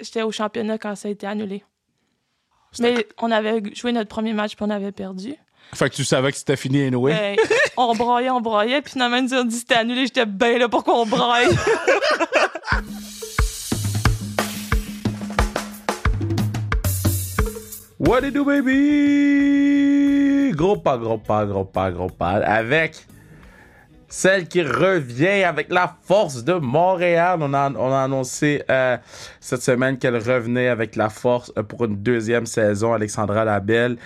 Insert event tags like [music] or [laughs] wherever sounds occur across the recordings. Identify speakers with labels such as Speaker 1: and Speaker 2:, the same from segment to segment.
Speaker 1: j'étais au championnat quand ça a été annulé. Mais on avait joué notre premier match puis on avait perdu.
Speaker 2: Fait que tu savais que c'était fini anyway.
Speaker 1: Ben, on broyait, on broyait, puis finalement, ils nous ont dit c'était annulé. J'étais ben là, pourquoi on broye?
Speaker 3: What it do, baby? Gros pas, gros pas, gros pas, gros pas. Avec celle qui revient avec la force de Montréal. On a, on a annoncé euh, cette semaine qu'elle revenait avec la force euh, pour une deuxième saison, Alexandra Labelle.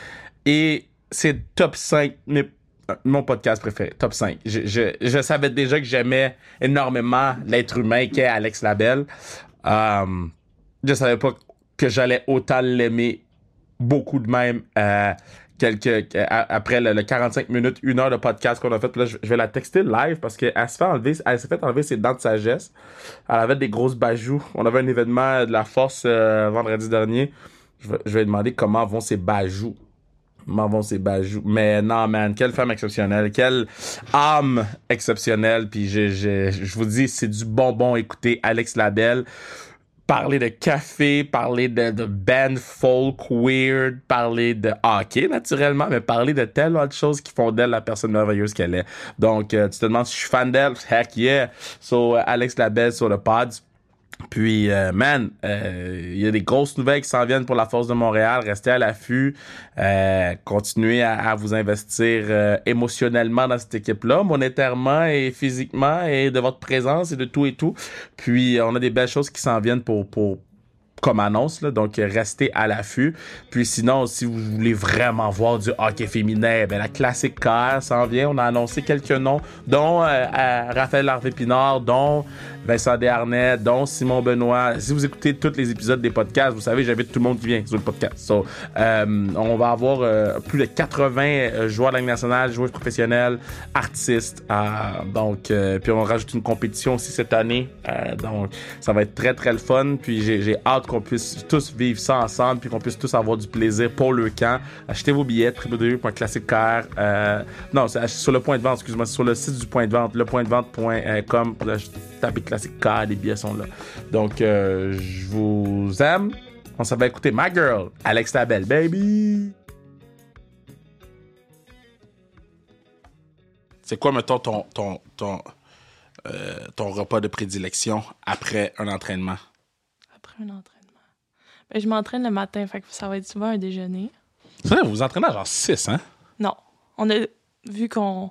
Speaker 3: Et c'est top 5, mes- euh, mon podcast préféré, top 5. Je, je- je savais déjà que j'aimais énormément l'être humain qu'est Alex Labelle. Euh, je savais pas que j'allais autant l'aimer beaucoup de même euh, quelques, euh, a- après le, le 45 minutes, une heure de podcast qu'on a fait. Puis Là, je, je vais la texter live parce qu'elle se fait enlever, elle s'est fait enlever ses dents de sagesse. Elle avait des grosses bajoues. On avait un événement de la force euh, vendredi dernier. Je vais, je vais lui demander comment vont ses bajoues. Comment vont ses bajoues. Mais non, man, quelle femme exceptionnelle, quelle âme exceptionnelle. Puis je, je, je vous dis, c'est du bonbon. Écoutez, Alex Labelle parler de café, parler de, de band folk weird, parler de hockey naturellement, mais parler de telle autre chose qui font d'elle la personne merveilleuse qu'elle est. Donc, euh, tu te demandes si je suis fan d'elle, heck yeah! So, euh, Alex Labelle sur le pod. Puis, euh, man, euh, il y a des grosses nouvelles qui s'en viennent pour la Force de Montréal. Restez à l'affût. Euh, continuez à, à vous investir euh, émotionnellement dans cette équipe-là, monétairement et physiquement, et de votre présence et de tout et tout. Puis, euh, on a des belles choses qui s'en viennent pour, pour, comme annonce. Là, donc, euh, restez à l'affût. Puis sinon, si vous voulez vraiment voir du hockey féminin, ben, la classique car s'en vient. On a annoncé quelques noms, dont euh, euh, Raphaël Harvey-Pinard, dont Vincent Desharnais, dont Simon Benoît. Si vous écoutez tous les épisodes des podcasts, vous savez, j'invite tout le monde qui vient sur le podcast. So, euh, on va avoir euh, plus de 80 euh, joueurs de la Ligue nationale, joueurs professionnels, artistes. euh, donc, euh, puis on rajoute une compétition aussi cette année. Euh, donc, ça va être très, très le fun. Puis j'ai j'ai hâte qu'on puisse tous vivre ça ensemble, puis qu'on puisse tous avoir du plaisir pour le camp. Achetez vos billets, www.classiquecar. Euh, non, c'est ach- sur le point de vente, excuse-moi, c'est sur le site du point de vente, lepointdevente.com. Là, je- Tapez Classique Car, les billets sont là. Donc, euh, je vous aime. On s'en va écouter My Girl, Alex Labelle, baby.
Speaker 2: C'est quoi, mettons, ton, ton, ton, euh, ton repas de prédilection après un entraînement?
Speaker 1: Après un entraînement. Ben, je m'entraîne le matin, fait que ça va être souvent un déjeuner.
Speaker 2: C'est vrai, vous vous entraînez à genre 6, hein?
Speaker 1: Non. On a vu qu'on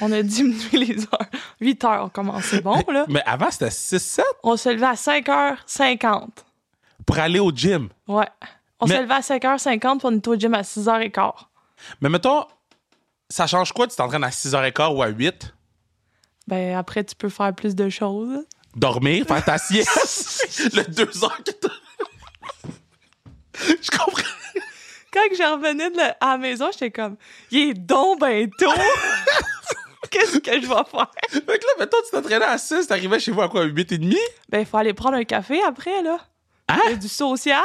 Speaker 1: on a [laughs] diminué les heures. 8 heures, on commençait bon,
Speaker 3: [laughs]
Speaker 1: là.
Speaker 2: Mais avant, c'était 6-7
Speaker 1: On se levait à 5h50.
Speaker 2: pour aller au gym.
Speaker 1: Ouais. On
Speaker 2: Mais-
Speaker 1: se levait à 5h50 pour nous au gym à 6h15.
Speaker 2: Mais mettons, ça change quoi? Tu t'entraînes à 6h15 ou à 8?
Speaker 1: Ben, après, tu peux faire plus de choses.
Speaker 2: Dormir, faire ta
Speaker 1: [laughs]
Speaker 2: sieste. le 2h que t'as- Je comprends.
Speaker 1: Quand que je revenais de la- à la maison, j'étais comme, il est donc ben tôt. [laughs] Qu'est-ce que je vais faire?
Speaker 2: Fait que là, mettons, tu t'entraînais à 6, t'arrivais chez vous à quoi? 8h30?
Speaker 1: Ben, il faut aller prendre un café après, là.
Speaker 2: Hein?
Speaker 1: Il y a du social.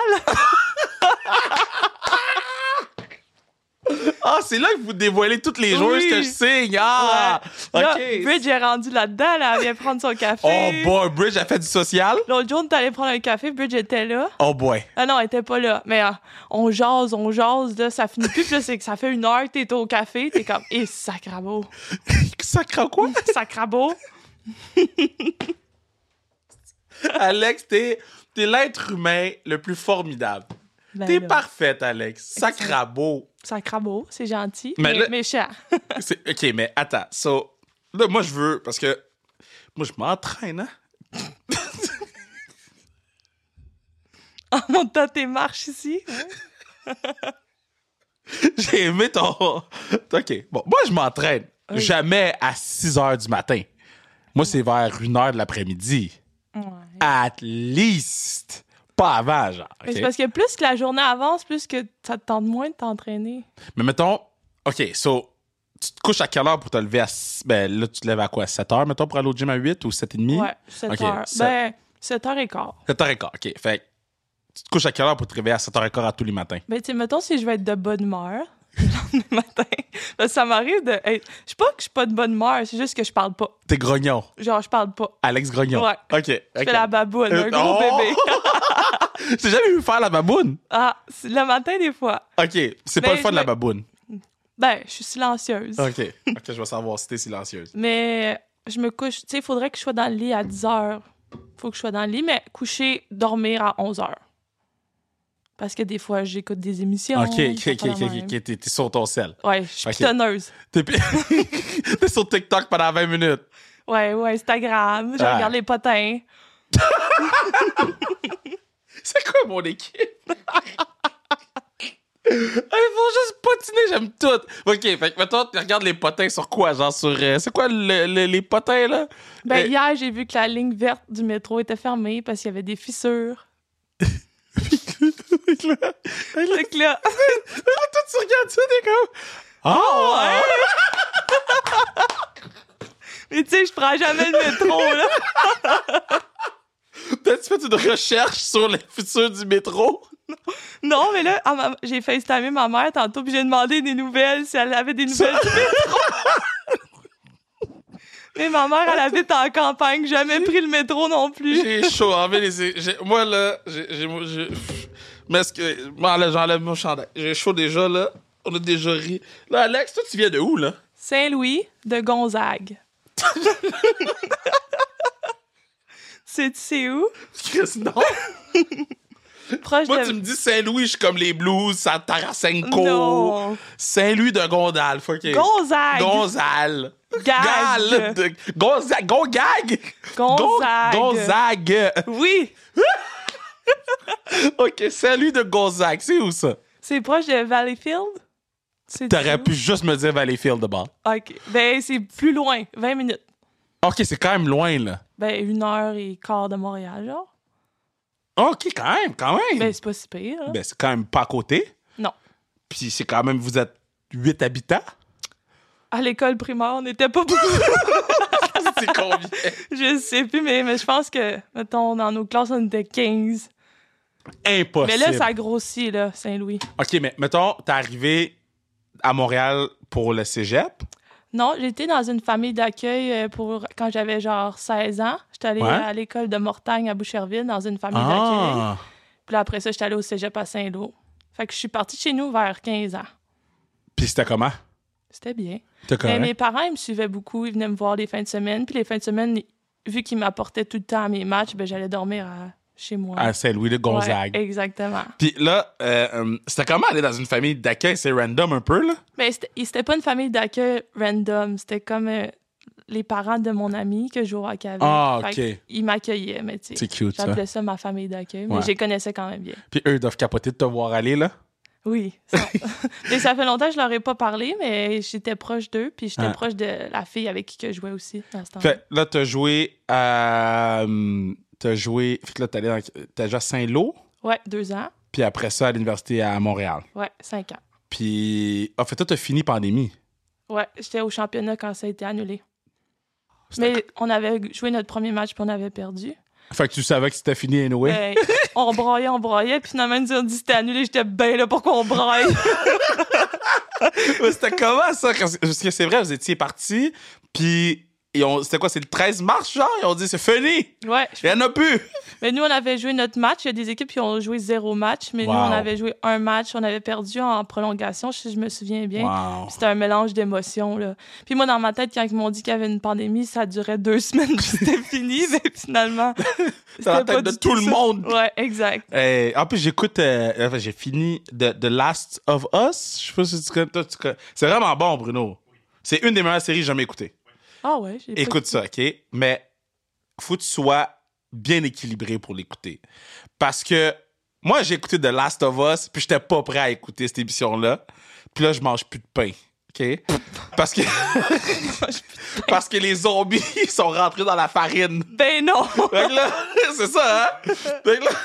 Speaker 2: Ah, c'est là que vous dévoilez toutes les joueuses
Speaker 1: Oui.
Speaker 2: que je signe. [laughs] Ah!
Speaker 1: Ouais. Là,
Speaker 2: OK.
Speaker 1: Bridge est rendu là-dedans, là. Elle vient prendre son café.
Speaker 2: Oh boy, Bridge a fait du social?
Speaker 1: L'autre jour, on est allé prendre un café, Bridge était là.
Speaker 2: Oh boy.
Speaker 1: Ah non, elle était pas là. Mais euh, on jase, on jase, là, ça finit plus. Puis là, c'est que ça fait une heure que t'es au café, t'es comme, hé, sacrabo,
Speaker 2: Sacre à quoi?
Speaker 1: sacrabo.
Speaker 2: [laughs] Alex, t'es t'es l'être humain le plus formidable.
Speaker 1: Ben
Speaker 2: t'es
Speaker 1: là,
Speaker 2: parfaite, Alex. Sacrabo.
Speaker 1: Sacrabo, c'est gentil,
Speaker 2: Mais
Speaker 1: mais,
Speaker 2: là-
Speaker 1: méchant. [laughs]
Speaker 2: C'est- OK, mais attends. So, là, moi, je veux... Parce que moi, je m'entraîne, hein? [laughs]
Speaker 1: en montant tes marches ici.
Speaker 2: J'ai aimé ton... OK, bon. Moi, je m'entraîne.
Speaker 1: Oui.
Speaker 2: Jamais à 6 heures du matin. Moi, c'est vers 1 heure de l'après-midi.
Speaker 1: Ouais.
Speaker 2: At least. Pas avant, genre.
Speaker 1: Mais
Speaker 2: OK?
Speaker 1: c'est parce que plus que la journée avance, plus que ça te tente moins de t'entraîner.
Speaker 2: Mais mettons, OK, so, tu te couches à quelle heure pour te lever à. s- Ben là, tu te lèves à quoi? 7 heures, mettons, pour aller au gym à 8 ou 7h30?
Speaker 1: Ouais, 7
Speaker 2: Ok,
Speaker 1: heures.
Speaker 2: sept-
Speaker 1: Ben, 7 heures et quart.
Speaker 2: 7h15, OK. Fait que tu te couches à quelle heure pour te réveiller à 7h15 à tous les matins?
Speaker 1: Ben, tu sais, mettons si je vais être de bonne humeur [laughs] le lendemain matin. Parce que ça m'arrive de. être- je sais pas que je suis pas de bonne humeur, c'est juste que je parle pas.
Speaker 2: T'es grognon.
Speaker 1: Genre, je parle pas.
Speaker 2: Alex Grognon.
Speaker 1: Ouais.
Speaker 2: OK. Euh, oh! [laughs]
Speaker 1: Je fais la baboule, un gros bébé.
Speaker 3: J'ai jamais vu faire la baboune.
Speaker 1: [laughs] Ah, c'est le matin, des fois.
Speaker 3: OK, c'est pas
Speaker 1: Ben,
Speaker 3: le fun de la
Speaker 1: je-
Speaker 3: baboune.
Speaker 1: Ben, je suis silencieuse. [laughs]
Speaker 3: OK, OK, je vais savoir si t'es silencieuse.
Speaker 1: Mais je me couche. Tu sais, il faudrait que je sois dans le lit à 10 heures. faut que je sois dans le lit, mais coucher, dormir à 11 heures. Parce que des fois, j'écoute des émissions.
Speaker 3: OK, OK,
Speaker 1: ça
Speaker 3: OK,
Speaker 1: fait
Speaker 3: OK,
Speaker 1: la même.
Speaker 3: OK, t'es- t'es sur ton sel.
Speaker 1: Ouais, je suis
Speaker 3: Ok.
Speaker 1: pitonneuse.
Speaker 2: [laughs]
Speaker 3: T'es pi- t'es sur TikTok pendant 20 minutes.
Speaker 1: Ouais, ouais, Instagram. Je
Speaker 3: Ah.
Speaker 1: regarde les potins.
Speaker 3: [laughs] C'est quoi mon équipe? [laughs] Elles font juste patiner, j'aime tout. OK, fait que maintenant, tu regardes les potins sur quoi? Genre sur. euh, c'est quoi le- le- les potins, là?
Speaker 1: Ben,
Speaker 3: Euh,
Speaker 1: hier, j'ai vu que la ligne verte du métro était fermée parce qu'il y avait des fissures. [laughs]
Speaker 3: Fait que [laughs] là,
Speaker 1: Fait que là,
Speaker 3: toi, tu regardes ça, t'es comme. Ah!
Speaker 1: mais tu sais, je prends jamais le métro, là.
Speaker 3: [laughs] Peut-être tu fais une recherche sur le futur du métro.
Speaker 1: Non, mais là, à ma- j'ai FaceTimé ma mère tantôt, puis j'ai demandé des nouvelles, si elle avait des nouvelles du métro.
Speaker 3: [laughs]
Speaker 1: mais ma mère, elle habite en campagne, jamais pris le métro non plus.
Speaker 3: J'ai chaud, enlevé les. j'ai- Moi, là, j'ai. j'ai- moi, j'ai- pff, Mais est-ce que. Moi, là, j'enlève mon chandail. J'ai chaud déjà, là. On a déjà ri. Là, Alex, toi, tu viens de où, là?
Speaker 1: Saint-Louis de
Speaker 3: [laughs]
Speaker 1: Gonzague. C'est c'est où?
Speaker 3: Chris, non!
Speaker 1: Proche
Speaker 3: Moi,
Speaker 1: de.
Speaker 3: tu me dis Saint-Louis, je suis comme les Blues, San- Tarasenco.
Speaker 1: Non.
Speaker 3: Saint-Louis de Gondal, fuck it.
Speaker 1: Gonzague.
Speaker 3: Gonzal.
Speaker 1: Gag.
Speaker 3: Gal de- Gonza- Gongag.
Speaker 1: Gonzague.
Speaker 3: Gon- Gonzague. [laughs]
Speaker 1: Oui,
Speaker 3: OK, Saint-Louis de Gonzague, c'est où ça?
Speaker 1: c'est proche de Valleyfield. C'est
Speaker 3: T'aurais
Speaker 1: où?
Speaker 3: pu juste me dire Valleyfield de bord.
Speaker 1: Ok. Ben, c'est plus loin, 20 minutes.
Speaker 3: OK, c'est quand même loin, là.
Speaker 1: Ben, une heure et quart de Montréal, genre.
Speaker 3: OK, quand même, quand même.
Speaker 1: Ben, c'est pas si pire. là.
Speaker 3: Ben, c'est quand même pas à côté.
Speaker 1: Non.
Speaker 3: Puis c'est quand même, vous êtes
Speaker 1: [laughs]
Speaker 3: huit habitants.
Speaker 1: À l'école primaire, on n'était pas beaucoup. [laughs]
Speaker 3: c'est combien?
Speaker 1: je sais plus, mais, mais je pense que, mettons, dans nos classes, on était 15.
Speaker 3: Impossible.
Speaker 1: Mais là, ça grossit, là, Saint-Louis.
Speaker 3: OK, mais mettons, t'es arrivé à Montréal pour le cégep.
Speaker 1: Non, j'étais dans une famille d'accueil euh, pour quand j'avais genre 16 ans. J'étais allée
Speaker 3: Ouais. Ah.
Speaker 1: à l'école de Mortagne à Boucherville dans une famille d'accueil. Puis là, après ça, j'étais allée au cégep à Saint-Lô. Fait que je suis partie de chez nous vers 15 ans.
Speaker 3: Puis c'était comment?
Speaker 1: C'était bien.
Speaker 3: T'es
Speaker 1: Mais
Speaker 3: correct?
Speaker 1: mes parents, ils me suivaient beaucoup. Ils venaient me voir les fins de semaine. Puis les fins de semaine, vu qu'ils m'apportaient tout le temps à mes matchs, ben, j'allais dormir à- chez moi.
Speaker 3: À Saint-Louis de Gonzague.
Speaker 1: Ouais, exactement.
Speaker 3: Puis là, euh, euh, c'était comment aller dans une famille d'accueil? C'est random un peu, là?
Speaker 1: Mais c'était il- c'était pas une famille d'accueil random. C'était comme euh, les parents de mon ami que je jouais au hockey avec.
Speaker 3: Ah,
Speaker 1: Fait
Speaker 3: ok.
Speaker 1: que Ils m'accueillaient, mais tu
Speaker 3: C'est
Speaker 1: sais.
Speaker 3: cute, ça.
Speaker 1: J'appelais ça ma famille d'accueil, mais
Speaker 3: Ouais.
Speaker 1: je les connaissais quand même bien.
Speaker 3: Puis eux, ils doivent capoter de te voir aller, là.
Speaker 1: Oui.
Speaker 3: [laughs]
Speaker 1: ça- [laughs] mais ça fait longtemps que je leur ai pas parlé, mais j'étais proche d'eux, puis j'étais
Speaker 3: Ah.
Speaker 1: proche de la fille avec qui que je jouais aussi dans ce temps-là.
Speaker 3: Fait là, t'as joué à... euh, T'as joué... Fait que là, t'es allé dans- t'as joué à Saint-Lô,
Speaker 1: Ouais, deux ans.
Speaker 3: puis après ça, à l'université à Montréal.
Speaker 1: Ouais, cinq ans.
Speaker 3: Puis... En fait, toi, t'as fini pandémie.
Speaker 1: Ouais, j'étais au championnat quand ça a été annulé.
Speaker 3: C'était-
Speaker 1: Mais on avait joué notre premier match, puis on avait perdu.
Speaker 3: Fait que tu savais que c'était fini anyway.
Speaker 1: Ben, on broyait, on broyait, puis finalement, ils nous ont dit c'était annulé. J'étais ben là, pourquoi on broye?
Speaker 3: [laughs] [laughs] Mais c'était comment, ça? Quand- Parce que c'est vrai, vous étiez partis, puis... ils ont- C'était quoi? C'est le 13 mars, genre? Ils ont dit, c'est fini!
Speaker 1: Ouais, je-
Speaker 3: Il y en a plus!
Speaker 1: mais nous, on avait joué notre match. Il y a des équipes qui ont joué zéro match, mais nous,
Speaker 3: Wow.
Speaker 1: on avait joué un match. On avait perdu en prolongation, si je me souviens bien.
Speaker 3: Wow.
Speaker 1: Puis C'était un mélange d'émotions, là. Puis moi, dans ma tête, quand ils m'ont dit qu'il y avait une pandémie, ça durait deux [laughs] semaines, puis c'était
Speaker 3: [laughs]
Speaker 1: fini, mais finalement.
Speaker 3: Dans la
Speaker 1: c'était
Speaker 3: tête
Speaker 1: pas
Speaker 3: de
Speaker 1: du
Speaker 3: tout le
Speaker 1: ça.
Speaker 3: monde.
Speaker 1: Ouais, exact.
Speaker 3: Euh, en plus, j'écoute. euh, enfin, j'ai fini The, The Last of Us. Je sais pas si tu connais. toi, tu connais. C'est vraiment bon, Bruno. C'est une des meilleures séries que j'ai jamais écoutées.
Speaker 1: Ah ouais, j'ai pas-
Speaker 3: Écoute ça, OK? Mais faut que tu sois bien équilibré pour l'écouter. Parce que moi, j'ai écouté The Last of Us, puis j'étais pas prêt à écouter cette émission-là. Puis là, je mange plus de pain. OK? Parce que, [laughs] parce que les zombies, ils sont rentrés dans la farine.
Speaker 1: Ben non!
Speaker 3: Fait que là, [laughs] c'est ça, hein? Fait que là... [laughs]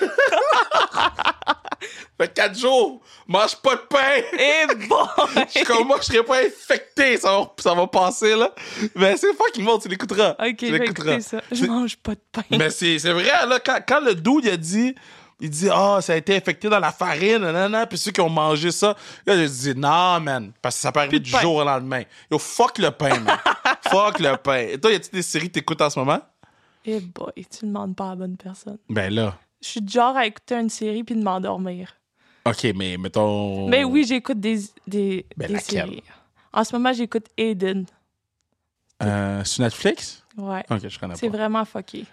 Speaker 3: fait que quatre jours, mange pas de pain!
Speaker 1: Et bon!
Speaker 3: Je suis comme moi, je serais pas infecté, ça va, ça va passer, là. Mais c'est fucking bon, tu l'écouteras.
Speaker 1: [laughs] Ok,
Speaker 3: tu
Speaker 1: je vais écouter ça. Je
Speaker 3: C'est-
Speaker 1: mange pas de pain.
Speaker 3: Mais c'est c'est vrai, là, quand, quand le dude, il a dit... Il dit, ah, ça a été infecté dans la farine, nanana, puis ceux qui ont mangé ça. Là, j'ai dit, non, man, parce que ça peut arriver
Speaker 1: de
Speaker 3: du
Speaker 1: pain.
Speaker 3: jour au lendemain. Yo, fuck le pain,
Speaker 1: [laughs]
Speaker 3: man. fuck le pain. Et toi, y a-tu des séries que t'écoutes en ce moment?
Speaker 1: Eh boy, tu demandes pas à la bonne personne.
Speaker 3: Ben là.
Speaker 1: Je suis du genre à écouter une série puis de m'endormir.
Speaker 3: OK, mais mettons.
Speaker 1: Mais Ben oui, j'écoute des, des,
Speaker 3: Ben,
Speaker 1: des
Speaker 3: laquelle?
Speaker 1: séries. En ce moment, j'écoute Aiden.
Speaker 3: Euh, sur Netflix?
Speaker 1: Ouais.
Speaker 3: OK, je connais
Speaker 1: C'est
Speaker 3: pas.
Speaker 1: vraiment
Speaker 3: [laughs]
Speaker 1: fucké.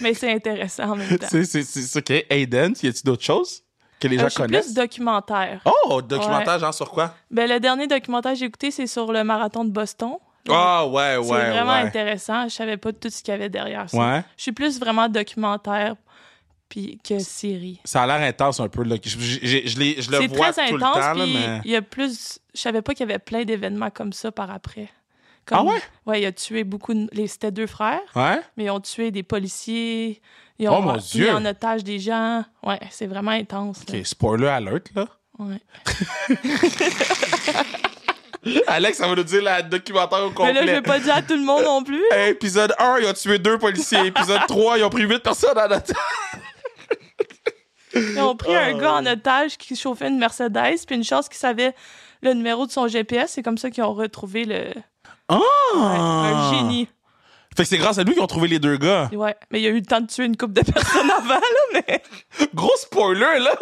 Speaker 1: mais c'est intéressant en même temps.
Speaker 3: C'est c'est- c'est OK. Aiden, y a-tu d'autres choses que les
Speaker 1: Euh,
Speaker 3: gens
Speaker 1: je suis
Speaker 3: connaissent?
Speaker 1: plus documentaire.
Speaker 3: Oh, documentaire, genre sur quoi?
Speaker 1: Ben, le dernier documentaire que j'ai écouté, c'est sur le marathon de Boston.
Speaker 3: Ah, ouais, ouais,
Speaker 1: c'est vraiment
Speaker 3: ouais.
Speaker 1: intéressant. Je savais pas tout ce qu'il y avait derrière ça.
Speaker 3: Ouais.
Speaker 1: Je suis plus vraiment documentaire puis que série.
Speaker 3: Ça a l'air intense un peu. Là. Je, je- je- je l'ai- je le
Speaker 1: C'est
Speaker 3: vois
Speaker 1: très
Speaker 3: tout
Speaker 1: intense,
Speaker 3: le temps, là,
Speaker 1: puis
Speaker 3: mais...
Speaker 1: il y a plus... Je savais pas qu'il y avait plein d'événements comme ça par après.
Speaker 3: Ah
Speaker 1: Comme-
Speaker 3: ouais?
Speaker 1: Ouais, il a tué beaucoup... De... les- C'était deux frères,
Speaker 3: Ouais?
Speaker 1: mais ils ont tué des policiers, ils ont
Speaker 3: Oh, mon
Speaker 1: mis
Speaker 3: Dieu!
Speaker 1: en otage des gens. Ouais, c'est vraiment intense. là.
Speaker 3: OK, spoiler alert, là. [laughs]
Speaker 1: Ouais.
Speaker 3: Alex, ça va nous dire le documentaire au
Speaker 1: Mais là, je
Speaker 3: complet.
Speaker 1: vais pas dire à tout le monde non plus.
Speaker 3: Épisode 1, ils ont tué deux
Speaker 1: [laughs]
Speaker 3: policiers. Épisode 3, ils ont pris 8 personnes en otage.
Speaker 1: Ils ont pris un gars
Speaker 3: Ah.
Speaker 1: en otage qui chauffait une Mercedes, puis une chance qu'il savait le numéro de son GPS. C'est comme ça qu'ils ont retrouvé le... Ouais,
Speaker 3: Ah.
Speaker 1: un génie.
Speaker 3: Fait que c'est grâce à lui qu'ils ont trouvé les deux gars.
Speaker 1: Ouais. Mais il a eu le temps de tuer une couple de [laughs] personnes avant, là, mais...
Speaker 3: Gros spoiler, là!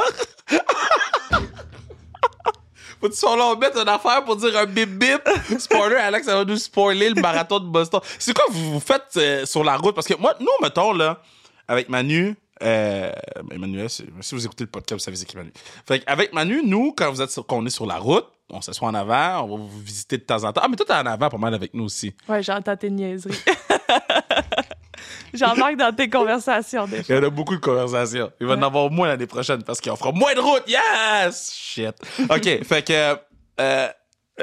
Speaker 3: Faut-tu qu'on leur mette une affaire pour dire un bip bip? Spoiler, Alex, ça va nous spoiler le marathon de Boston. C'est quoi vous vous faites euh, sur la route? Parce que moi, nous, mettons, là, avec Manu, euh, Emmanuel, si si vous écoutez le podcast, vous savez c'est qui Manu. Fait qu'avec Manu, nous, quand vous êtes sur- qu'on est sur la route, on s'assoit en avant, on va vous visiter de temps en temps. Ah, mais toi, t'es en avant pas mal avec nous aussi.
Speaker 1: Ouais, j'entends tes [laughs] niaiseries. J'embarque dans tes conversations, des
Speaker 3: Il y en a beaucoup de conversations. Il va en avoir moins l'année prochaine parce qu'on fera moins de route. Yes! Shit.
Speaker 1: [laughs]
Speaker 3: OK, fait que... euh,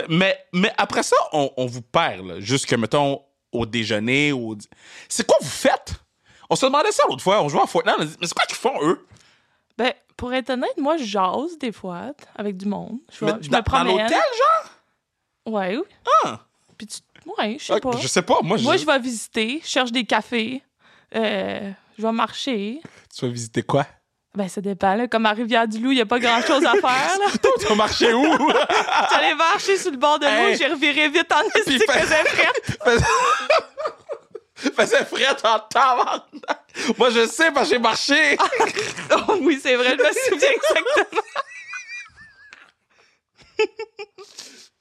Speaker 3: mais, mais après ça, on, on vous perd, là. Jusque, mettons, au déjeuner. Au... di- C'est quoi vous faites? On se demandait ça l'autre fois. On jouait à Fortnite. On a dit, mais c'est quoi qu'ils font, eux?
Speaker 1: Ben, pour être honnête, moi, je jase des fois t- avec du monde. Je, vois-
Speaker 3: Mais
Speaker 1: je
Speaker 3: dans,
Speaker 1: me
Speaker 3: dans
Speaker 1: promène.
Speaker 3: l'hôtel, genre?
Speaker 1: Ouais, oui.
Speaker 3: Ah!
Speaker 1: Puis tu... Ouais, je sais
Speaker 3: Ah,
Speaker 1: pas.
Speaker 3: Je sais pas. Moi,
Speaker 1: Moi,
Speaker 3: je...
Speaker 1: je vais visiter, je cherche des cafés, euh, je vais marcher.
Speaker 3: Tu vas visiter quoi? [laughs]
Speaker 1: Ben, ça dépend, là. Comme à Rivière-du-Loup, il n'y a pas grand-chose à faire, là.
Speaker 3: [laughs] Toi, tu vas marcher où?
Speaker 1: J'allais marcher sur le bord de l'eau,
Speaker 3: Hey.
Speaker 1: j'ai reviré vite en estime que
Speaker 3: fait-
Speaker 1: j'ai
Speaker 3: [laughs]
Speaker 1: fait.
Speaker 3: Faisais frais en temps. Moi, je sais parce que
Speaker 1: [laughs]
Speaker 3: j'ai marché.
Speaker 1: Oh oui, c'est vrai, je me
Speaker 3: [laughs]
Speaker 1: souviens exactement.